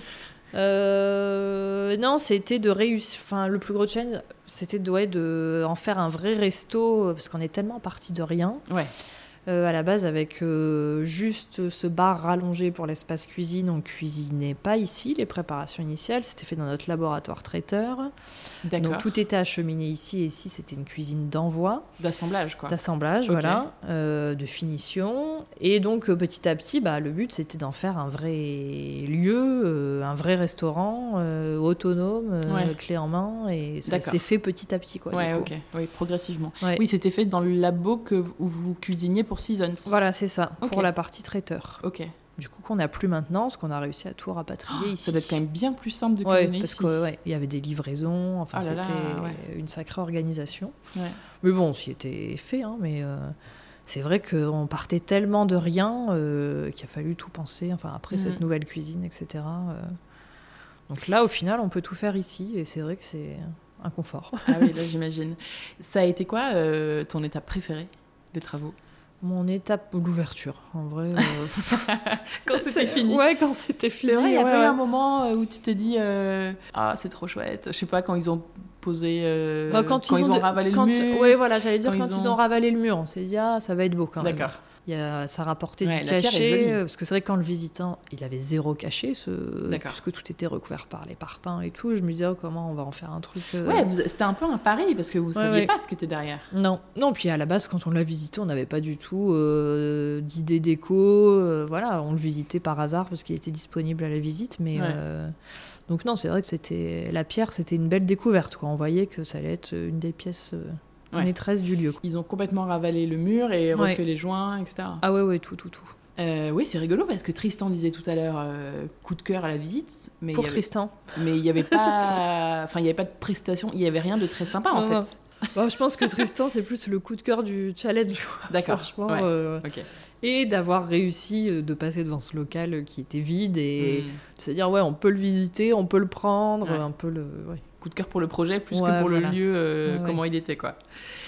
Euh, non, c'était de réussir. Enfin, le plus gros challenge, c'était de, ouais, de en faire un vrai resto, euh, parce qu'on est tellement parti de rien.
Ouais.
Euh, à la base, avec euh, juste ce bar rallongé pour l'espace cuisine, on cuisinait pas ici. Les préparations initiales, c'était fait dans notre laboratoire traiteur.
D'accord.
Donc tout était acheminé ici, et ici, c'était une cuisine d'envoi
D'assemblage, quoi.
d'assemblage,
Ok.
voilà, euh, de finition. Et donc euh, petit à petit, bah, le but c'était d'en faire un vrai lieu, euh, un vrai restaurant euh, autonome, euh,
Ouais.
clé en main. Et ça
D'accord.
s'est fait petit à petit. Quoi, du
Ouais,
coup.
ok. Oui, progressivement.
Ouais.
Oui, c'était fait dans le labo que vous- où vous cuisiniez pour Seasons.
Voilà, c'est ça, pour
Ok.
la partie traiteur.
Ok.
Du coup, qu'on n'a plus maintenant, parce qu'on a réussi à tout rapatrier ici.
Oh, Ça doit être quand même bien plus simple de
Ouais,
cuisiner
parce
ici.
qu'il y avait des livraisons, enfin
Ah là là,
c'était
ouais.
une sacrée organisation.
Ouais.
Mais bon, on s'y était fait, hein, mais euh, c'est vrai qu'on partait tellement de rien euh, qu'il a fallu tout penser, enfin après
Mhm.
cette nouvelle cuisine, etc. euh. Donc là, au final, on peut tout faire ici, et c'est vrai que c'est un confort.
Ah oui, là j'imagine. Ça a été quoi euh, ton étape préférée des travaux
<laughs> Mon étape, l'ouverture, en vrai. euh,
<laughs> Quand c'était fini.
Ouais, quand c'était fini.
C'est vrai, il y a
ouais,
pas eu
ouais.
un moment euh, où tu t'es dit euh, Ah, c'est trop chouette. Je sais pas, quand ils ont posé. euh,
Enfin,
quand, ils ont,
de-
ravalé
quand-
le mur.
Ouais, voilà, j'allais dire
quand
quand,
ils
ils, ont...
ont
ravalé le mur, on s'est dit ah ça va être beau quand même.
D'accord.
Il y a, ça rapportait
Ouais, la
du
pierre est
cachet
jolie.
euh, parce que c'est vrai que quand le visitant il avait zéro cachet, ce,
D'accord.
puisque tout était recouvert par les parpaings et tout, je me disais oh, comment on va en faire un truc. euh,
Ouais, vous- c'était un peu un pari parce que vous saviez
ouais.
pas ce qui était derrière.
Non, non. Puis à la base, quand on l'a visité, on n'avait pas du tout euh, d'idée déco. euh, voilà, on le visitait par hasard parce qu'il était disponible à la visite. Mais
Ouais.
euh, donc non, c'est vrai que c'était la pierre, c'était une belle découverte. Quoi. On voyait que ça allait être une des pièces euh,
Ouais.
maîtresses du lieu. quoi.
Ils ont complètement ravalé le mur et
Ouais.
refait les joints, etc.
Ah ouais, ouais, tout, tout, tout.
Euh, oui, c'est rigolo parce que Tristan disait tout à l'heure euh, coup de cœur à la visite, mais il
Pour
y avait-
Tristan.
mais il n'y avait pas, <laughs> enfin il y avait pas de prestation, il y avait rien de très sympa en
Non,
fait.
Bon, Oh, je pense que Tristan, c'est plus le coup de cœur du challenge. quoi.
D'accord,
Franchement.
ouais.
euh,
Ok.
Et d'avoir réussi euh, de passer devant ce local euh, qui était vide et
Hmm.
de se dire, ouais, on peut le visiter, on peut le prendre,
Ouais.
euh, un peu le. ouais.
Coup de cœur pour le projet plus que
Ouais,
pour
voilà.
le lieu, euh,
Ouais, ouais.
comment il était quoi.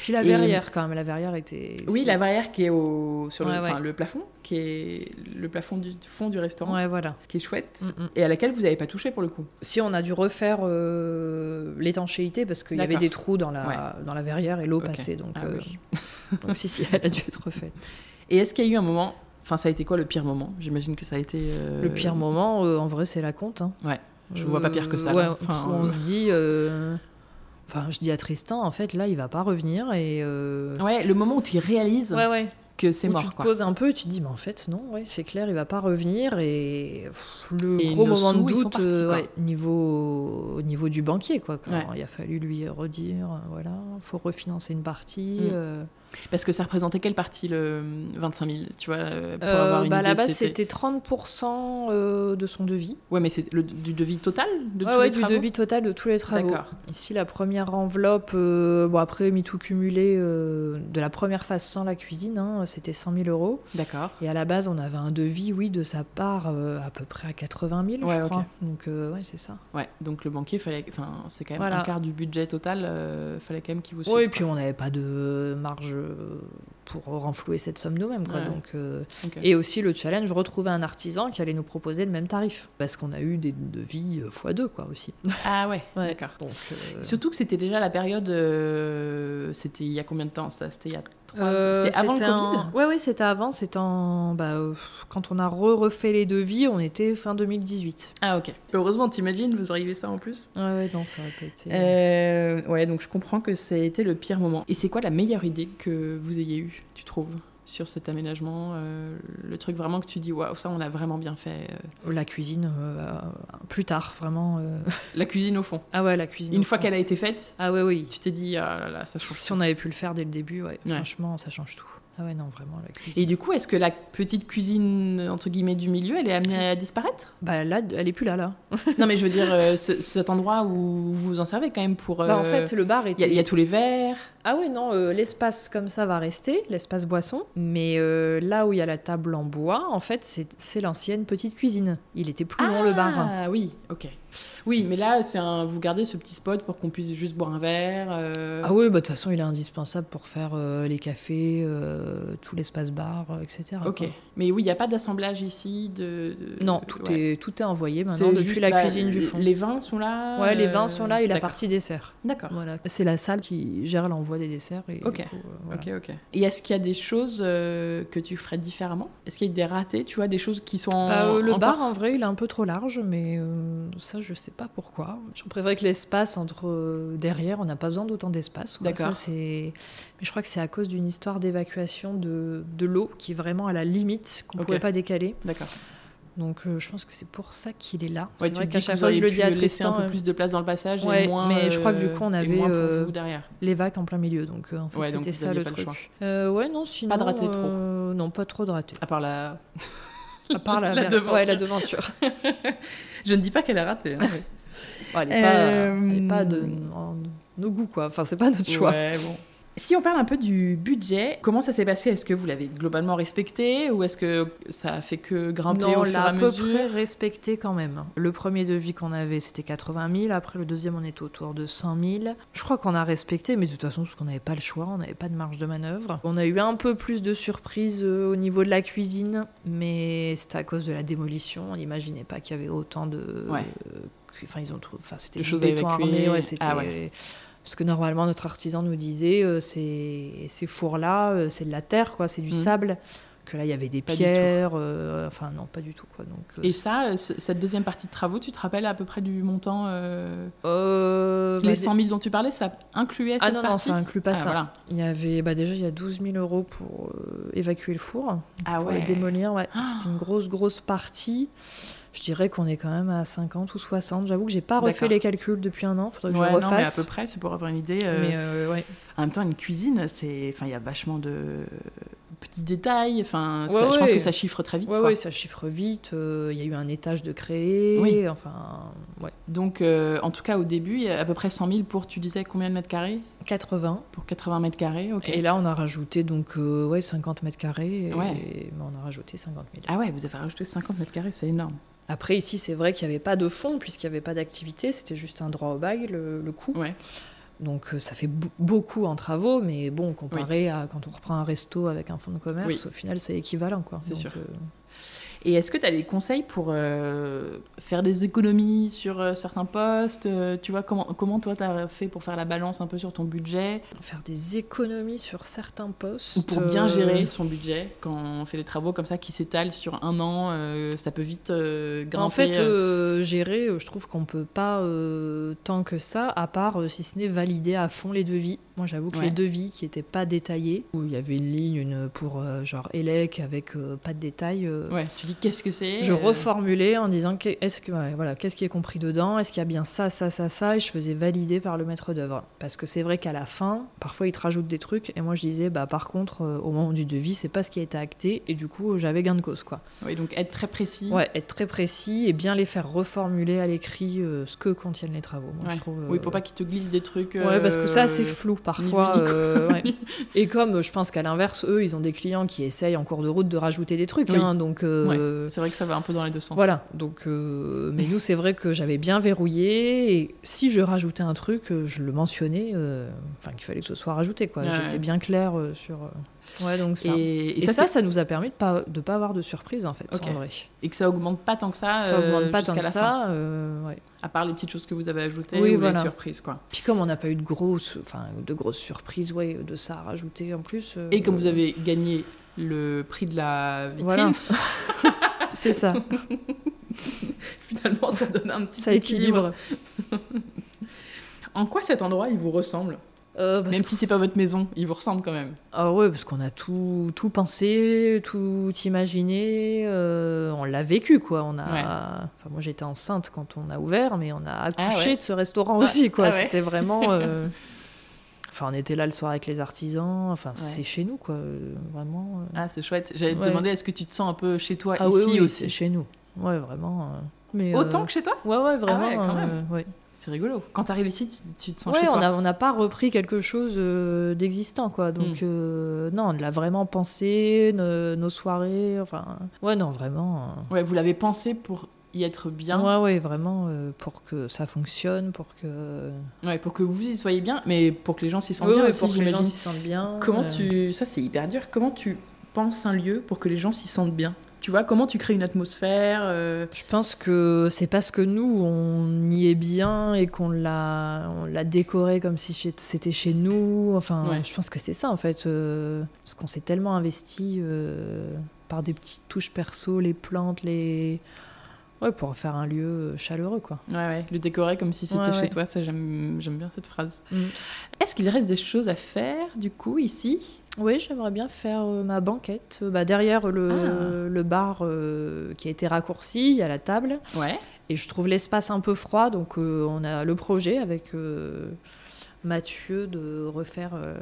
Puis la
Et-
verrière, quand même, la verrière était.
Oui, la barrière qui est au sur le,
Ouais,
enfin,
ouais.
le plafond, qui est le plafond du fond du restaurant,
Ouais, voilà.
qui est chouette
Mm, mm.
et à laquelle vous n'avez pas touché pour le coup.
Si on a dû refaire euh, l'étanchéité parce qu'il y avait
D'accord.
des trous dans la, dans la verrière et l'eau
Ok.
passait. Donc,
Ah
euh,
oui.
donc si, si, elle a dû être refaite.
Et est-ce qu'il y a eu un moment, enfin ça a été quoi le pire moment J'imagine que ça a été euh,
Le pire moment, euh, en vrai, c'est la compte. hein.
Ouais. Je vois pas pire que ça,
ouais,
là. Enfin,
on
euh.
se dit. euh, Enfin, je dis à Tristan, en fait, là, il va pas revenir et. euh,
Ouais, le moment où tu réalises
Ouais, ouais.
que c'est
Où
mort
tu te
quoi.
poses un peu, tu te dis, mais en fait, non, ouais, c'est clair, il va pas revenir. Et pff, le
Et
gros
nos
moment de
sous, ils sont
doute,
partis,
euh,
quoi.
ouais, niveau, au niveau du banquier, quoi. Quand
Ouais.
il a fallu lui redire, euh, voilà, faut refinancer une partie.
Mm.
euh.
Parce que ça représentait quelle partie le 25 000 Tu vois, euh, pour
Euh,
avoir une
bah, à
idée,
la base, c'était 30% euh, de son devis.
Ouais, mais c'est le, du devis total de
Ouais,
tous
ouais,
les
du
travaux
devis total de tous les travaux.
D'accord.
Ici, la première enveloppe, euh, bon après, mis tout cumulé, euh, de la première phase sans la cuisine, hein, c'était 100 000 euros.
D'accord.
Et à la base, on avait un devis, oui, de sa part, euh, à peu près à 80 000,
Ouais,
je
ok.
crois. Donc, euh, ouais, c'est ça.
Ouais, donc le banquier, fallait, enfin, c'est quand même
Voilà.
un quart du budget total, euh, fallait quand même qu'il vous suive.
Oui, et puis on n'avait pas de marge euh, pour renflouer cette somme nous-mêmes. quoi.
Ouais.
Donc, euh,
Ok.
Et aussi le challenge, retrouver un artisan qui allait nous proposer le même tarif. Parce qu'on a eu des devis euh, x2, quoi, aussi.
Ah ouais,
Ouais.
d'accord.
Donc, euh,
Surtout que c'était déjà la période, euh, c'était il y a combien de temps ça C'était il y a trois
Euh,
C'était avant le
c'était
Covid
en- Ouais, ouais, c'était avant. C'était en. bah, euh, quand on a re-refait les devis, on était fin 2018.
Ah ok. Heureusement, t'imagines, vous auriez eu ça en plus
Ouais, ouais, non, ça aurait pas été.
Euh, ouais, donc je comprends que ça a été le pire moment. Et c'est quoi la meilleure idée que vous ayez eue, tu trouves, sur cet aménagement euh, Le truc vraiment que tu dis, waouh, ça on l'a vraiment bien fait. euh.
La cuisine, euh, euh, plus tard, vraiment. euh.
La cuisine au fond.
Ah ouais, la cuisine.
Une
au
fois
fond.
qu'elle a été faite,
Ah ouais, oui.
tu t'es dit, ah là là, ça change.
Si on avait pu le faire dès le début, ouais,
Ouais.
franchement, ça change tout. Ah ouais, non, vraiment, la cuisine.
Et du coup, est-ce que la petite cuisine, entre guillemets, du milieu, elle est amenée à disparaître
Bah là, elle est plus là, là.
<laughs> Non, mais je veux dire, euh, ce- cet endroit où vous vous en servez quand même pour...
Bah en
euh,
fait, le bar
il y, a-
était...
il y a tous les verres.
Ah ouais, non, euh, l'espace comme ça va rester, l'espace boisson. Mais euh, là où il y a la table en bois, en fait, c'est c'est l'ancienne petite cuisine. Il était plus long, le bar.
Ah oui, ok. Oui, mais là, c'est un... vous gardez ce petit spot pour qu'on puisse juste boire un verre. euh,
Ah oui, bah, de toute façon, il est indispensable pour faire euh, les cafés, euh, tout l'espace bar, euh, etc.
Ok.
quoi.
Mais oui, il n'y a pas d'assemblage ici de... de-
Non, tout,
ouais.
est, tout est envoyé
C'est
maintenant depuis
juste,
la
bah,
cuisine du
les-
fond.
Les vins sont là.
Ouais, les
euh,
vins sont là et la
d'accord.
partie dessert.
D'accord.
Voilà. C'est la salle qui gère l'envoi des desserts. Et
Ok.
du coup, euh, voilà.
Ok, ok. Et est-ce qu'il y a des choses euh, que tu ferais différemment Est-ce qu'il y a des ratés, tu vois, des choses qui sont.
Bah, euh, le
encore-
bar, en vrai, il est un peu trop large, mais euh, ça, je sais pas pourquoi. Je préférerais que l'espace entre euh, derrière, on n'a pas besoin d'autant d'espace. quoi.
D'accord.
Ça, c'est- Mais je crois que c'est à cause d'une histoire d'évacuation de, de l'eau qui est vraiment à la limite, qu'on ne
Ok.
pouvait pas décaler.
D'accord.
Donc euh, je pense que c'est pour ça qu'il est là.
Ouais,
c'est
tu
vrai
te
qu'à
dis
chaque
vous
fois que je
auriez
le dis
pu
à
laisser
Tristan,
un
euh,
peu plus de place dans le passage
ouais,
et moins.
mais je crois que du
euh,
coup, on
et
avait,
moins pour
euh,
vous derrière.
les vagues en plein milieu. Donc euh, en fait,
Ouais, donc
c'était
vous
ça
aviez
le
pas le
truc.
choix.
Euh, ouais, non, sinon.
de raté trop.
euh, non, pas trop
<laughs>
de raté.
À part la.
À part la,
La devanture.
Ouais, la devanture.
Je ne dis pas qu'elle a raté.
<laughs>
hein.
Bon, elle est pas,
Euh,
elle est pas de, en- nos goûts, quoi. Enfin, c'est pas <laughs> notre choix.
Ouais, bon. Si on parle un peu du budget, comment ça s'est passé Est-ce que vous l'avez globalement respecté ou est-ce que ça a fait que grimper
Non, on
au fur et
l'a
à
à peu
mesure
près respecté quand même. hein. Le premier devis qu'on avait, c'était 80 000. Après, le deuxième, on était autour de 100 000. Je crois qu'on a respecté, mais de toute façon, parce qu'on n'avait pas le choix, on n'avait pas de marge de manœuvre. On a eu un peu plus de surprises euh, au niveau de la cuisine, mais c'était à cause de la démolition. On n'imaginait pas qu'il y avait autant de.
Ouais.
euh, cu- Enfin, ils ont trouvé. Enfin, c'était
De
du
choses à
béton
évacuer.
armé. Ouais, c'était.
Ah
Parce que normalement, notre artisan nous disait euh, ces, ces fours-là, euh, c'est de la terre, quoi, c'est du
Mhm.
sable. Que là, il y avait des
Pas du tout.
pierres. euh, enfin, non, pas du tout, quoi. Donc, euh,
Et ça, euh, ce- cette deuxième partie de travaux, tu te rappelles à peu près du montant euh,
euh, bah,
Les 100 000 dont tu parlais, ça incluait
Ah
cette
non, non,
partie
ça inclut pas
Ah,
ça.
voilà.
Il y avait, bah, déjà, il y a 12 000 euros pour euh, évacuer le four,
Ah
pour
ouais.
le démolir. Ouais.
Ah.
C'était une grosse, grosse partie. Je dirais qu'on est quand même à 50 ou 60. J'avoue que j'ai pas refait
D'accord.
les calculs depuis un an. Faudrait que
Ouais,
je
non, mais à
refasse.
peu près, c'est pour avoir une idée. euh,
Mais, euh, ouais.
En même temps, une cuisine, c'est, enfin, il y a vachement de petits détails. Enfin, ça-
Ouais,
je pense
ouais.
que ça chiffre très vite.
Ouais,
quoi.
ouais, ça chiffre vite. euh, Il y a eu un étage de créé.
Oui.
Enfin, ouais.
Donc, euh, en tout cas, au début, il y a à peu près 100 000 pour, tu disais, combien de mètres carrés
80.
Pour 80 mètres carrés, ok.
Et là, on a rajouté donc euh, ouais, 50 mètres carrés. et-
Ouais.
mais on a rajouté 50 000.
Ah ouais, vous avez rajouté 50 mètres carrés, c'est énorme.
Après, ici, c'est vrai qu'il n'y avait pas de fonds puisqu'il n'y avait pas d'activité. C'était juste un droit au bail, le, le coût.
Ouais.
Donc, euh, ça fait b- beaucoup en travaux. Mais bon, comparé à quand on reprend un resto avec un fonds de commerce,
Oui.
au final, c'est équivalent. quoi.
C'est
Donc,
sûr.
euh,
Et est-ce que tu as des conseils pour euh, faire des économies sur euh, certains postes euh, Tu vois, comment, comment toi, tu as fait pour faire la balance un peu sur ton budget
faire des économies sur certains postes.
Ou pour bien
euh,
gérer son budget quand on fait des travaux comme ça qui s'étalent sur un an, euh, ça peut vite euh, grimper.
En fait,
euh,
euh, gérer, euh, je trouve qu'on peut pas euh, tant que ça, à part euh, si ce n'est valider à fond les devis. Moi, j'avoue que
Ouais.
les devis qui n'étaient pas détaillés, où il y avait une ligne une pour euh, genre ELEC avec euh, pas de détails, euh,
ouais, tu dis qu'est-ce que c'est
je
euh,
reformulais en disant que- est-ce que ouais, voilà, qu'est-ce qui est compris dedans, est-ce qu'il y a bien ça, ça, ça, ça, et je faisais valider par le maître d'œuvre. Parce que c'est vrai qu'à la fin, parfois ils te rajoutent des trucs, et moi je disais bah par contre, euh, au moment du devis, c'est pas ce qui a été acté, et du coup j'avais gain de cause quoi.
ouais, donc être très précis.
Ouais, être très précis et bien les faire reformuler à l'écrit euh, ce que contiennent les travaux. Moi,
Ouais.
je trouve, euh,
Oui, pour pas qu'ils te glissent des trucs.
Ouais, parce que ça, c'est
euh,
flou
ni vu,
parfois.
ni
euh,
<laughs>
ouais. Et comme euh, je pense qu'à l'inverse, eux, ils ont des clients qui essayent en cours de route de rajouter des trucs.
Oui.
hein, donc euh,
C'est vrai que ça va un peu dans les deux sens.
voilà. Donc, euh, mais nous, c'est vrai que j'avais bien verrouillé. Et si je rajoutais un truc, euh, je le mentionnais. euh, Enfin, qu'il fallait que ce soit rajouté. quoi.
Ouais,
J'étais
ouais.
bien claire euh, sur. euh, Ouais, donc ça.
Et,
Et,
et
ça,
ça,
ça, nous a permis de pas, de pas avoir de surprise en fait,
Ok.
en vrai.
c'est- et que ça augmente pas tant que ça.
Ça
euh,
augmente pas tant
jusqu'à
que
la fin.
ça. euh, ouais.
À part les petites choses que vous avez ajoutées
Oui,
ou les
voilà.
surprises, quoi.
Puis comme on n'a pas eu de grosses, enfin de grosses surprises, ouais, de ça à rajouter en plus. euh,
Et comme vous avez gagné le prix de la vitrine,
Voilà. <laughs> c'est ça,
<laughs> finalement, ça donne un petit
ça équilibre.
En quoi cet endroit, il vous ressemble
Euh, parce
Même
que-
si c'est pas votre maison, il vous ressemble quand même.
Ah ouais, parce qu'on a tout, tout pensé, tout imaginé. euh, on l'a vécu quoi. On a.
Ouais.
Enfin moi j'étais enceinte quand on a ouvert, mais on a accouché
Ah ouais.
de ce restaurant aussi quoi.
ah ouais. <laughs>
C'était vraiment. euh, Enfin, on était là le soir avec les artisans. Enfin, c'est
Ouais.
chez nous, quoi. euh, Vraiment. euh.
Ah, c'est chouette. J'allais te
Ouais.
demander, est-ce que tu te sens un peu chez toi
Ah
ici
oui, oui, c'est
aussi
chez nous. Ouais, vraiment. euh. Mais,
Autant
euh,
que chez toi
Ouais, ouais, vraiment.
ouais, quand même.
euh, ouais.
C'est rigolo. Quand t'arrives ici, tu, tu te sens
Ouais,
chez
on
toi.
n'a on a pas repris quelque chose euh, d'existant, quoi. Donc,
Mm.
euh, non, on l'a vraiment pensé, ne- nos soirées, enfin... Ouais, non, vraiment... euh,
Ouais, vous l'avez pensé pour y être bien, ouais.
Ouais, ouais, vraiment, euh, pour que ça fonctionne, pour que...
pour que vous y soyez bien, mais pour que les gens s'y sentent
Ouais,
bien
ouais,
aussi,
pour que les gens
j'imagine.
s'y sentent bien.
Comment
euh,
tu... Ça, c'est hyper dur. Comment tu penses un lieu pour que les gens s'y sentent bien Tu vois, comment tu crées une atmosphère euh,
Je pense que c'est parce que nous, on y est bien et qu'on l'a, on l'a décoré comme si chez- c'était chez nous. Enfin,
Ouais.
je pense que c'est ça en fait. euh, parce qu'on s'est tellement investi euh, par des petites touches perso, les plantes, les. Ouais, pour en faire un lieu chaleureux, quoi.
Ouais, ouais, le décorer comme si c'était
Ouais,
chez
ouais.
toi, ça, j'aime j'aime bien cette phrase.
Mm.
Est-ce qu'il reste des choses à faire, du coup, ici
Oui, j'aimerais bien faire euh, ma banquette. Euh, bah, derrière le, le bar euh, qui a été raccourci, il y a la table.
Ouais.
Et je trouve l'espace un peu froid, donc euh, on a le projet avec euh, Mathieu de refaire euh,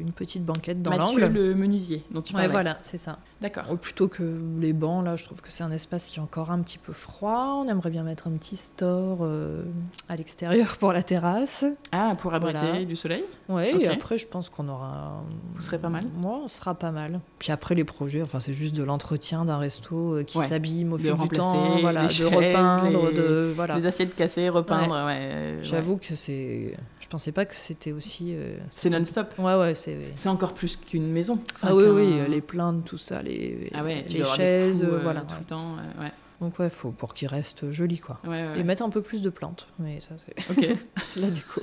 une petite banquette dans
Mathieu,
l'angle.
le menuisier, dont tu
Ouais,
parlais.
voilà, c'est ça.
D'accord.
Euh, Plutôt que les bancs, là, je trouve que c'est un espace qui est encore un petit peu froid. On aimerait bien mettre un petit store euh, à l'extérieur pour la terrasse.
Ah, pour abriter
Voilà.
du soleil
Ouais, et
Ok.
après, je pense qu'on aura.
Vous serez pas mal
Moi, on sera pas mal. Puis après, les projets, enfin, c'est juste de l'entretien d'un resto euh, qui
Ouais.
s'abîme au
De
fil du
remplacer
temps, voilà,
les
de
chaises,
repeindre,
les-
de. Voilà.
Les assiettes cassées, repeindre, ouais. ouais.
J'avoue que c'est. Je pensais pas que c'était aussi. euh,
C'est non-stop.
Ouais, ouais, c'est.
C'est encore plus qu'une maison.
Ah
Enfin,
oui,
qu'un-
oui, les plaintes, tout ça, les,
Ah ouais, tu
les
dois avoir des
chaises,
coups,
euh,
euh,
voilà.
Tout
ouais.
le temps, euh, ouais.
Donc ouais, faut pour qu'il reste joli, quoi.
Ouais, ouais,
Et ben,
ouais.
mettre un peu plus de plantes, mais ça c'est <laughs>
Ok.
c'est la déco.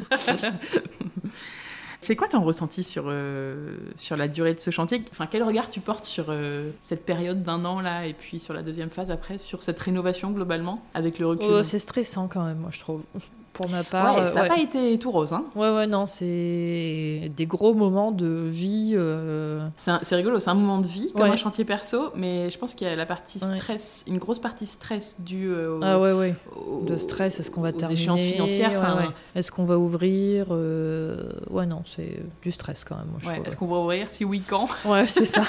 C'est quoi ton ressenti sur, euh, sur la durée de ce chantier Enfin, quel regard tu portes sur euh, cette période d'un an là et puis sur la deuxième phase après, sur cette rénovation globalement avec le recul
Oh, c'est stressant quand même, moi je trouve. <laughs> Pour ma part,
euh, Ouais,
euh,
ça n'a
ouais.
pas été tout rose. Hein.
ouais, ouais, non, c'est des gros moments de vie. euh,
C'est un- c'est rigolo, c'est un moment de vie comme
Ouais.
un chantier perso, mais je pense qu'il y a la partie
Ouais.
stress, une grosse partie stress due euh, au,
Ah ouais, ouais.
au-
De stress, est-ce qu'on va
aux
terminer
échéances financières,
Ouais,
enfin,
ouais. Est-ce qu'on va ouvrir euh, Ouais, non, c'est du stress quand même, moi je
ouais, Est-ce
<laughs> trouve.
qu'on va ouvrir Si oui, quand
Ouais, c'est ça.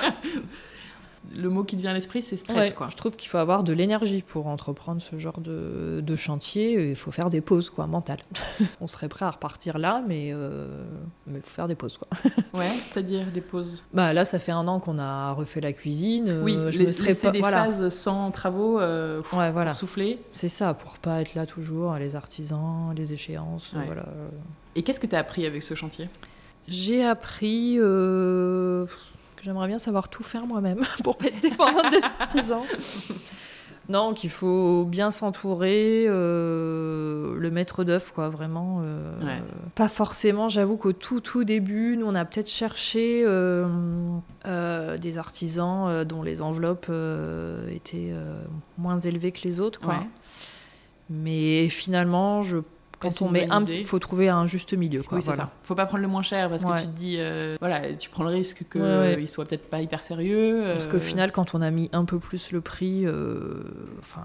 Le mot qui te vient à l'esprit, c'est stress,
Ouais,
quoi.
Je trouve qu'il faut avoir de l'énergie pour entreprendre ce genre de, de chantier. et Il faut faire des pauses, quoi, mentales. <laughs> On serait prêt à repartir là, mais euh, mais faut faire des pauses, quoi.
Ouais, c'est-à-dire des pauses.
Bah là, ça fait un an qu'on a refait la cuisine. euh,
oui,
je
les-
me serais
laisser
pas.
des
voilà.
phases sans travaux, euh, pff,
Ouais, voilà.
souffler.
C'est ça, pour pas être là toujours, les artisans, les échéances,
Ouais.
voilà.
Et qu'est-ce que tu as appris avec ce chantier
J'ai appris euh, que j'aimerais bien savoir tout faire moi-même <laughs> pour pas être dépendante des artisans. Non, qu'il faut bien s'entourer, euh, le maître d'œuvre, quoi, vraiment. euh,
Ouais.
Pas forcément, j'avoue qu'au tout, tout début, nous, on a peut-être cherché euh, euh, des artisans euh, dont les enveloppes euh, étaient euh, moins élevées que les autres, quoi.
Ouais.
Mais finalement, je,
Est-ce
quand on
une
met
bonne
un
idée
petit, faut trouver un juste milieu, quoi.
Oui, c'est
voilà.
ça. Faut pas prendre le moins cher parce que
Ouais.
tu te dis, euh, voilà, tu prends le risque qu'il
Ouais, ouais.
soit peut-être pas hyper sérieux.
Parce
euh,
qu'au final, quand on a mis un peu plus le prix, euh, enfin,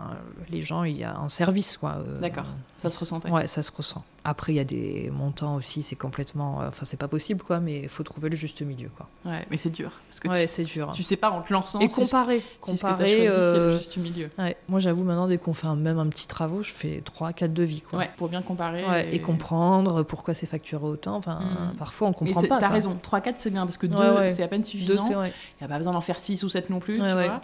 les gens, il y a un service, quoi. euh,
D'accord, ça se ressentait.
Ouais, ça se ressent. Après, il y a des montants aussi, c'est complètement, euh, enfin, c'est pas possible, quoi. Mais il faut trouver le juste milieu, quoi.
Ouais, mais c'est dur. Parce que
Ouais,
tu,
c'est dur.
Tu sais pas en te lançant.
Et
si-
comparer,
si ce que t'as
comparer.
choisi, c'est le
euh,
juste milieu.
ouais. Moi, j'avoue, maintenant, dès qu'on fait un- même un petit travaux, je fais 3 quatre devis, quoi.
Ouais, pour bien comparer.
Ouais, et comprendre pourquoi c'est facturé autant. Enfin,
Mm.
parfois, on
Et
comprend
c'est-
pas.
T'as
quoi.
raison, 3-4 c'est bien parce que 2
Ouais, ouais.
c'est à peine
Deux,
suffisant.
c'est
Il
ouais.
n'y a pas besoin d'en faire 6 ou 7 non plus,
Ouais,
tu
ouais.
vois. Hmm.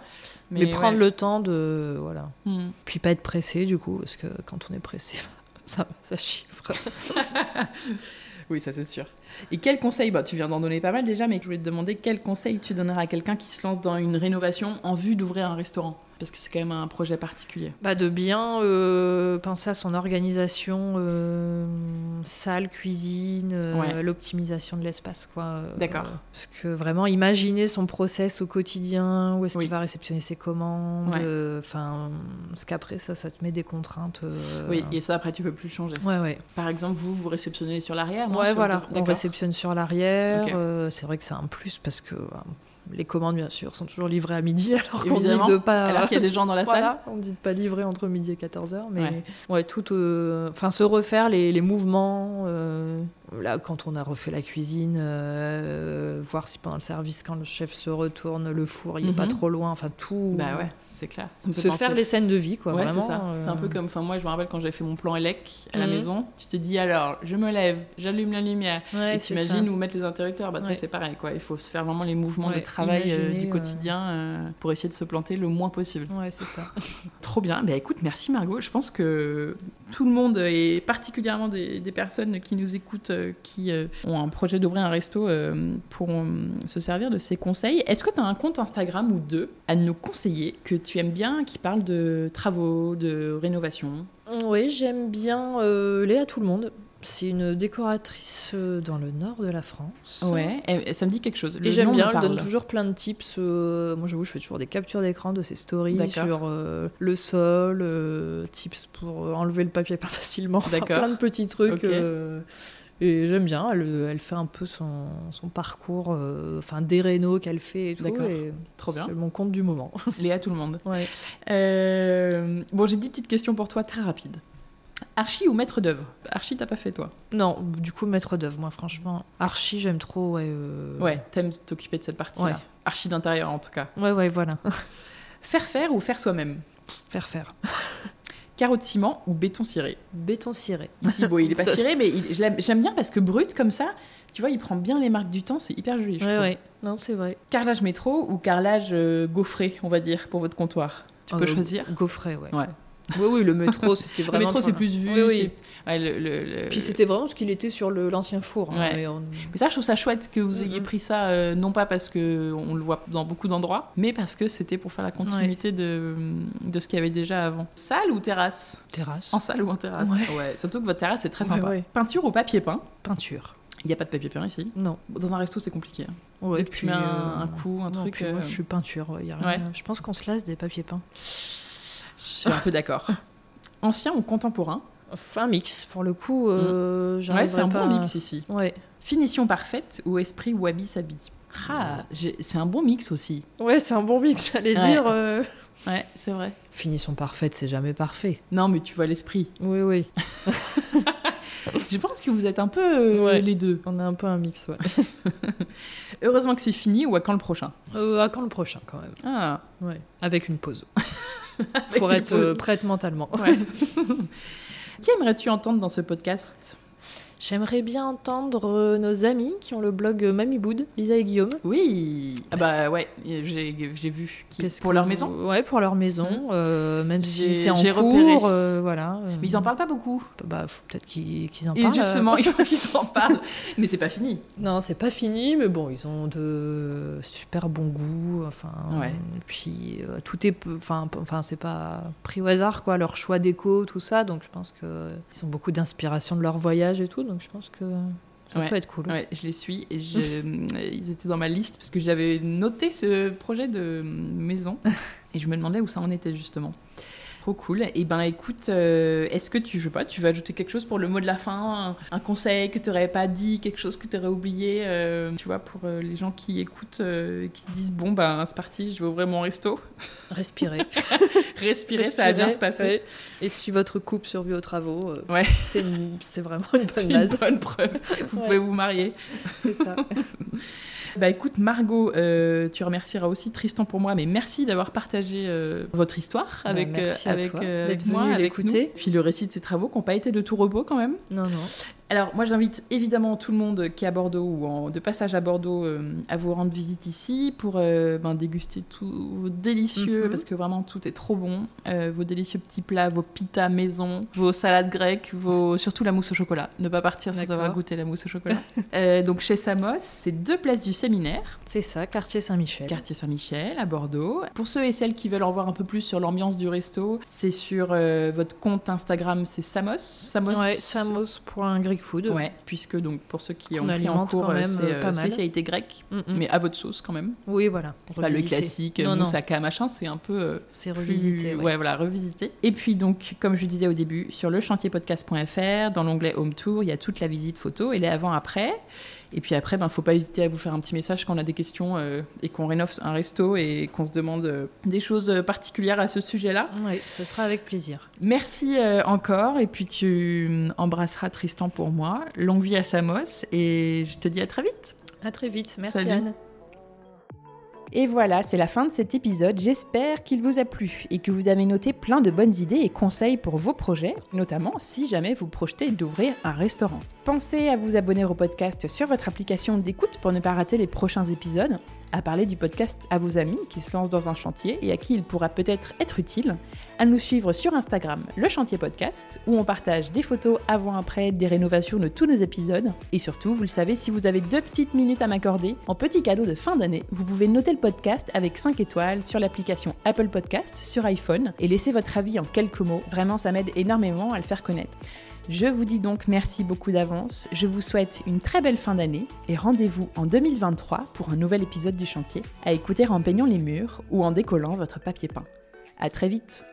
Mais, prendre le temps de, voilà.
le.
Puis pas être pressé, du coup, parce que quand on est pressé, <laughs> ça, ça chiffre.
Oui, ça c'est sûr. Et quel conseil bah, Tu viens d'en donner pas mal déjà, mais je voulais te demander quel conseil tu donneras à quelqu'un qui se lance dans une rénovation en vue d'ouvrir un restaurant Parce que c'est quand même un projet particulier.
Bah, de bien euh, penser à son organisation, euh, salle, cuisine, euh,
Ouais.
l'optimisation de l'espace. quoi. Euh,
D'accord.
Parce que vraiment, imaginer son process au quotidien, où est-ce
Oui.
qu'il va réceptionner ses commandes,
Ouais.
euh, enfin, parce qu'après ça, ça te met des contraintes. euh,
Oui, et ça après tu peux plus le changer.
Ouais, ouais.
Par exemple, vous, vous réceptionnez sur l'arrière Ah, non
ouais,
Sur-
voilà. On
D'accord.
réceptionne sur l'arrière.
Ok.
euh, c'est vrai que c'est un plus parce que euh, les commandes, bien sûr, sont toujours livrées à midi, <laughs> alors qu'on dit
Évidemment.
de pas.
Alors qu'il Ah, y a des gens dans la salle
Voilà, on dit de pas livrer entre midi et 14h, mais
Ouais.
ouais, tout. euh, Enfin, se refaire les, les mouvements, euh, Là, quand on a refait la cuisine, euh, voir si pendant le service, quand le chef se retourne, le four, il est
Mhm.
pas trop loin, enfin tout.
Bah ouais, c'est clair. Ça me fait
Se
penser-
faire les scènes de vie, quoi.
Ouais,
vraiment.
c'est ça.
euh,
C'est un peu comme, enfin moi je me rappelle quand j'avais fait mon plan élec à la
Mhm.
maison, tu te dis alors, je me lève, j'allume la lumière,
Ouais,
et
c'est ça.
t'imagines où mettre les interrupteurs. Bah toi
Ouais.
c'est pareil quoi, il faut se faire vraiment les mouvements de
Ouais,
travail euh,
imaginer,
du
euh,
quotidien euh, pour essayer de se planter le moins possible.
Ouais,
<laughs>
c'est ça.
Trop bien. Bah écoute, merci Margot. Je pense que tout le monde, et particulièrement des, des personnes qui nous écoutent, euh, qui euh, ont un projet d'ouvrir un resto, euh, pourront euh, se servir de ces conseils. Est-ce que tu as un compte Instagram ou deux à nous conseiller que tu aimes bien, qui parle de travaux, de rénovation
Oui, j'aime bien euh, Léa Tout le Monde. C'est une décoratrice euh, dans le nord de la France.
Ouais, et- et ça me dit quelque chose. Le
Et j'aime
nom me
bien, elle
parle.
donne toujours plein de tips. euh, moi, j'avoue, je fais toujours des captures d'écran de ses stories
D'accord.
sur euh, le sol, euh, tips pour euh, enlever le papier <laughs> pas facilement, enfin,
D'accord.
plein de petits trucs.
Ok.
euh, et j'aime bien, elle, euh, elle fait un peu son, son parcours, euh, enfin des rénaux qu'elle fait et tout.
D'accord.
et
Trop bien.
C'est mon compte du moment. <laughs>
Léa, tout le monde.
Ouais.
Euh, Bon, j'ai dix petites questions pour toi, très rapides. Archi ou maître d'œuvre Archi, t'as pas fait toi
Non, du coup, maître d'œuvre, moi, franchement. Archi, j'aime trop. Ouais, euh,
Ouais, t'aimes t'occuper de cette partie-là.
Ouais.
Archi d'intérieur en tout cas.
ouais, ouais, voilà. <laughs>
Faire faire ou faire soi-même
faire faire.
Carreau de ciment ou béton ciré
Béton ciré.
Ici, bon, il est pas
<laughs> Putain.
ciré, mais il- je l'aime- j'aime bien parce que brut comme ça, tu vois, il prend bien les marques du temps, c'est hyper joli, je
ouais,
trouve.
ouais. Non, c'est vrai.
Carrelage métro ou carrelage euh, gaufré, on va dire, pour votre comptoir Tu
Oh,
peux
le
choisir
Gaufret, ouais.
Ouais.
Oui, oui, le <laughs> métro, c'était
Le
vraiment.
métro,
trop
c'est
là.
plus vu.
Oui, oui.
c'est- ouais, le- le- le-
Puis c'était vraiment ce qu'il était sur le- l'ancien four. hein,
Ouais.
mais on-
Mais ça, je trouve ça chouette que vous ayez
Mhm.
pris ça, euh, non pas parce que on le voit dans beaucoup d'endroits, mais parce que c'était pour faire la continuité de, de ce qu'il y avait déjà avant. Salle ou terrasse
Terrasse.
En salle ou en terrasse
Ouais.
Surtout que votre terrasse est très
Ouais,
sympa.
ouais.
Peinture ou papier peint
Peinture.
Il n'y a pas de papier peint ici.
Non.
Dans un resto, c'est compliqué. hein.
Ouais,
Dès que tu mets un,
euh,
un coup, un
non,
truc.
puis moi,
euh,
je suis peinture. ouais, y a rien. Je pense qu'on se lasse des papiers peints.
je suis un peu
<laughs>
d'accord. Ancien ou contemporain
Enfin, mix. Pour le coup, euh,
Mm. Ouais, c'est
j'arriverai
un
pas
bon
à-
mix ici.
Ouais,
Finition parfaite ou esprit wabi-sabi ah, j'ai- c'est un bon mix aussi.
ouais c'est un bon mix, <laughs> j'allais
Ouais.
dire. euh.
Ouais, c'est vrai.
Finition parfaite, c'est jamais parfait.
Non, mais tu vois l'esprit.
Oui, oui.
Je pense que vous êtes un peu euh,
Ouais.
les deux.
On a un peu un mix, ouais.
Heureusement que c'est fini ou à quand le prochain
<laughs> Euh, à quand le prochain, quand même
Ah,
Ouais. Avec une pause.
Avec
pour
une
être euh,
pause.
prête mentalement.
ouais. <laughs> Qui aimerais-tu entendre dans ce podcast
J'aimerais bien entendre euh, nos amis qui ont le blog euh, Mamie Boud, Lisa et Guillaume.
Oui. Ah
Parce-
bah ouais, j'ai j'ai vu. qui-
Qu'est-ce
Pour
que
leur
vous-
maison
Ouais, pour leur maison,
Mhm.
euh, même
J'ai-
si c'est en
j'ai
cours,
repéré.
euh, voilà. euh,
Mais ils en parlent pas beaucoup.
Bah, faut peut-être qu'ils qu'ils en
Et
parlent. euh.
justement, il faut qu'ils <laughs> s'en parlent. Mais c'est pas fini.
Non, c'est pas fini, mais bon, ils ont de super bon goût. Enfin,
Ouais.
puis euh, tout est, peu- enfin, p- enfin, c'est pas pris au hasard quoi. Leur choix déco, tout ça. Donc, je pense que ils ont beaucoup d'inspiration de leur voyage et tout. Donc, je pense que ça
Ouais.
peut être cool.
Ouais, je les suis et je- euh, ils étaient dans ma liste parce que j'avais noté ce projet de
<laughs>
maison et je me demandais où ça en était justement. Trop cool. Et ben écoute, euh, est-ce que tu, je sais pas, tu veux ajouter quelque chose pour le mot de la fin, un, un conseil que tu n'aurais pas dit, quelque chose que tu aurais oublié, euh, tu vois, pour euh, les gens qui écoutent, euh, qui se disent bon ben c'est parti, je vais ouvrir mon resto,
Respirer.
respirer, ça va bien se passer.
ouais. Et si votre couple survit aux travaux, euh,
Ouais.
c'est une- c'est vraiment une
<laughs> C'est
bonne
une
base.
bonne preuve. Vous
Ouais.
pouvez vous marier.
C'est ça.
Bah écoute Margot, euh, tu remercieras aussi Tristan pour moi, mais merci d'avoir partagé euh, votre histoire
Bah,
avec, euh,
merci à
avec,
toi
euh,
d'être
avec moi,
venu
avec
l'écouter.
nous. Puis le récit de ses travaux qui n'ont pas été de tout repos quand même.
Non, non.
Alors moi j'invite évidemment tout le monde qui est à Bordeaux ou en- de passage à Bordeaux euh, à vous rendre visite ici pour euh, ben, déguster tout vos délicieux,
Mhm.
parce que vraiment tout est trop bon, euh, vos délicieux petits plats, vos pitas maison, vos salades grecques, vos... surtout la mousse au chocolat. Ne pas partir sans
D'accord.
avoir goûté la mousse au chocolat. Euh, donc chez Samos, c'est deux places du séminaire.
C'est ça, quartier Saint-Michel.
Quartier Saint-Michel, à Bordeaux. Pour ceux et celles qui veulent en voir un peu plus sur l'ambiance du resto, c'est sur euh, votre compte Instagram, c'est Samos. Samos.
Ouais, samos.greekfood.
Ouais, puisque donc pour ceux qui ont
Qu'on
pris en
alimente
cours,
quand
euh,
même,
c'est
euh,
euh,
pas mal.
spécialité grecque,
Mm, mm.
mais à votre sauce quand même.
Oui, voilà.
C'est pas le
Revisiter.
classique
Non,
euh,
non,
mousse à Kamachin, c'est un peu euh,
c'est
plus-
Mmh,
revisité. ouais.
voilà, revisité. Et puis donc, comme je disais au début, sur le chantierpodcast.fr, dans l'onglet Home Tour, il y a toute la visite photo et les avant-après.
Et puis après, ben, faut pas hésiter à vous faire un petit message quand on a des questions euh, et qu'on rénove un resto et qu'on se demande euh, des choses particulières à ce sujet-là.
Oui, ce sera avec plaisir.
Merci euh, encore. Et puis tu euh, embrasseras Tristan pour moi. Longue vie à Samos. Et je te dis à très vite.
À très vite. Merci
Salut.
Anne.
Et voilà, c'est la fin de cet épisode. J'espère qu'il vous a plu et que vous avez noté plein de bonnes idées et conseils pour vos projets, notamment si jamais vous projetez d'ouvrir un restaurant. Pensez à vous abonner au podcast sur votre application d'écoute pour ne pas rater les prochains épisodes, à parler du podcast à vos amis qui se lancent dans un chantier et à qui il pourra peut-être être utile, à nous suivre sur Instagram, le chantier podcast, où on partage des photos avant-après des rénovations de tous nos épisodes. Et surtout, vous le savez, si vous avez deux petites minutes à m'accorder, en petit cadeau de fin d'année, vous pouvez noter le podcast avec 5 étoiles sur l'application Apple Podcast sur iPhone et laisser votre avis en quelques mots. Vraiment, ça m'aide énormément à le faire connaître. Je vous dis donc merci beaucoup d'avance, je vous souhaite une très belle fin d'année et rendez-vous en 2023 pour un nouvel épisode du chantier à écouter en peignant les murs ou en décollant votre papier peint. À très vite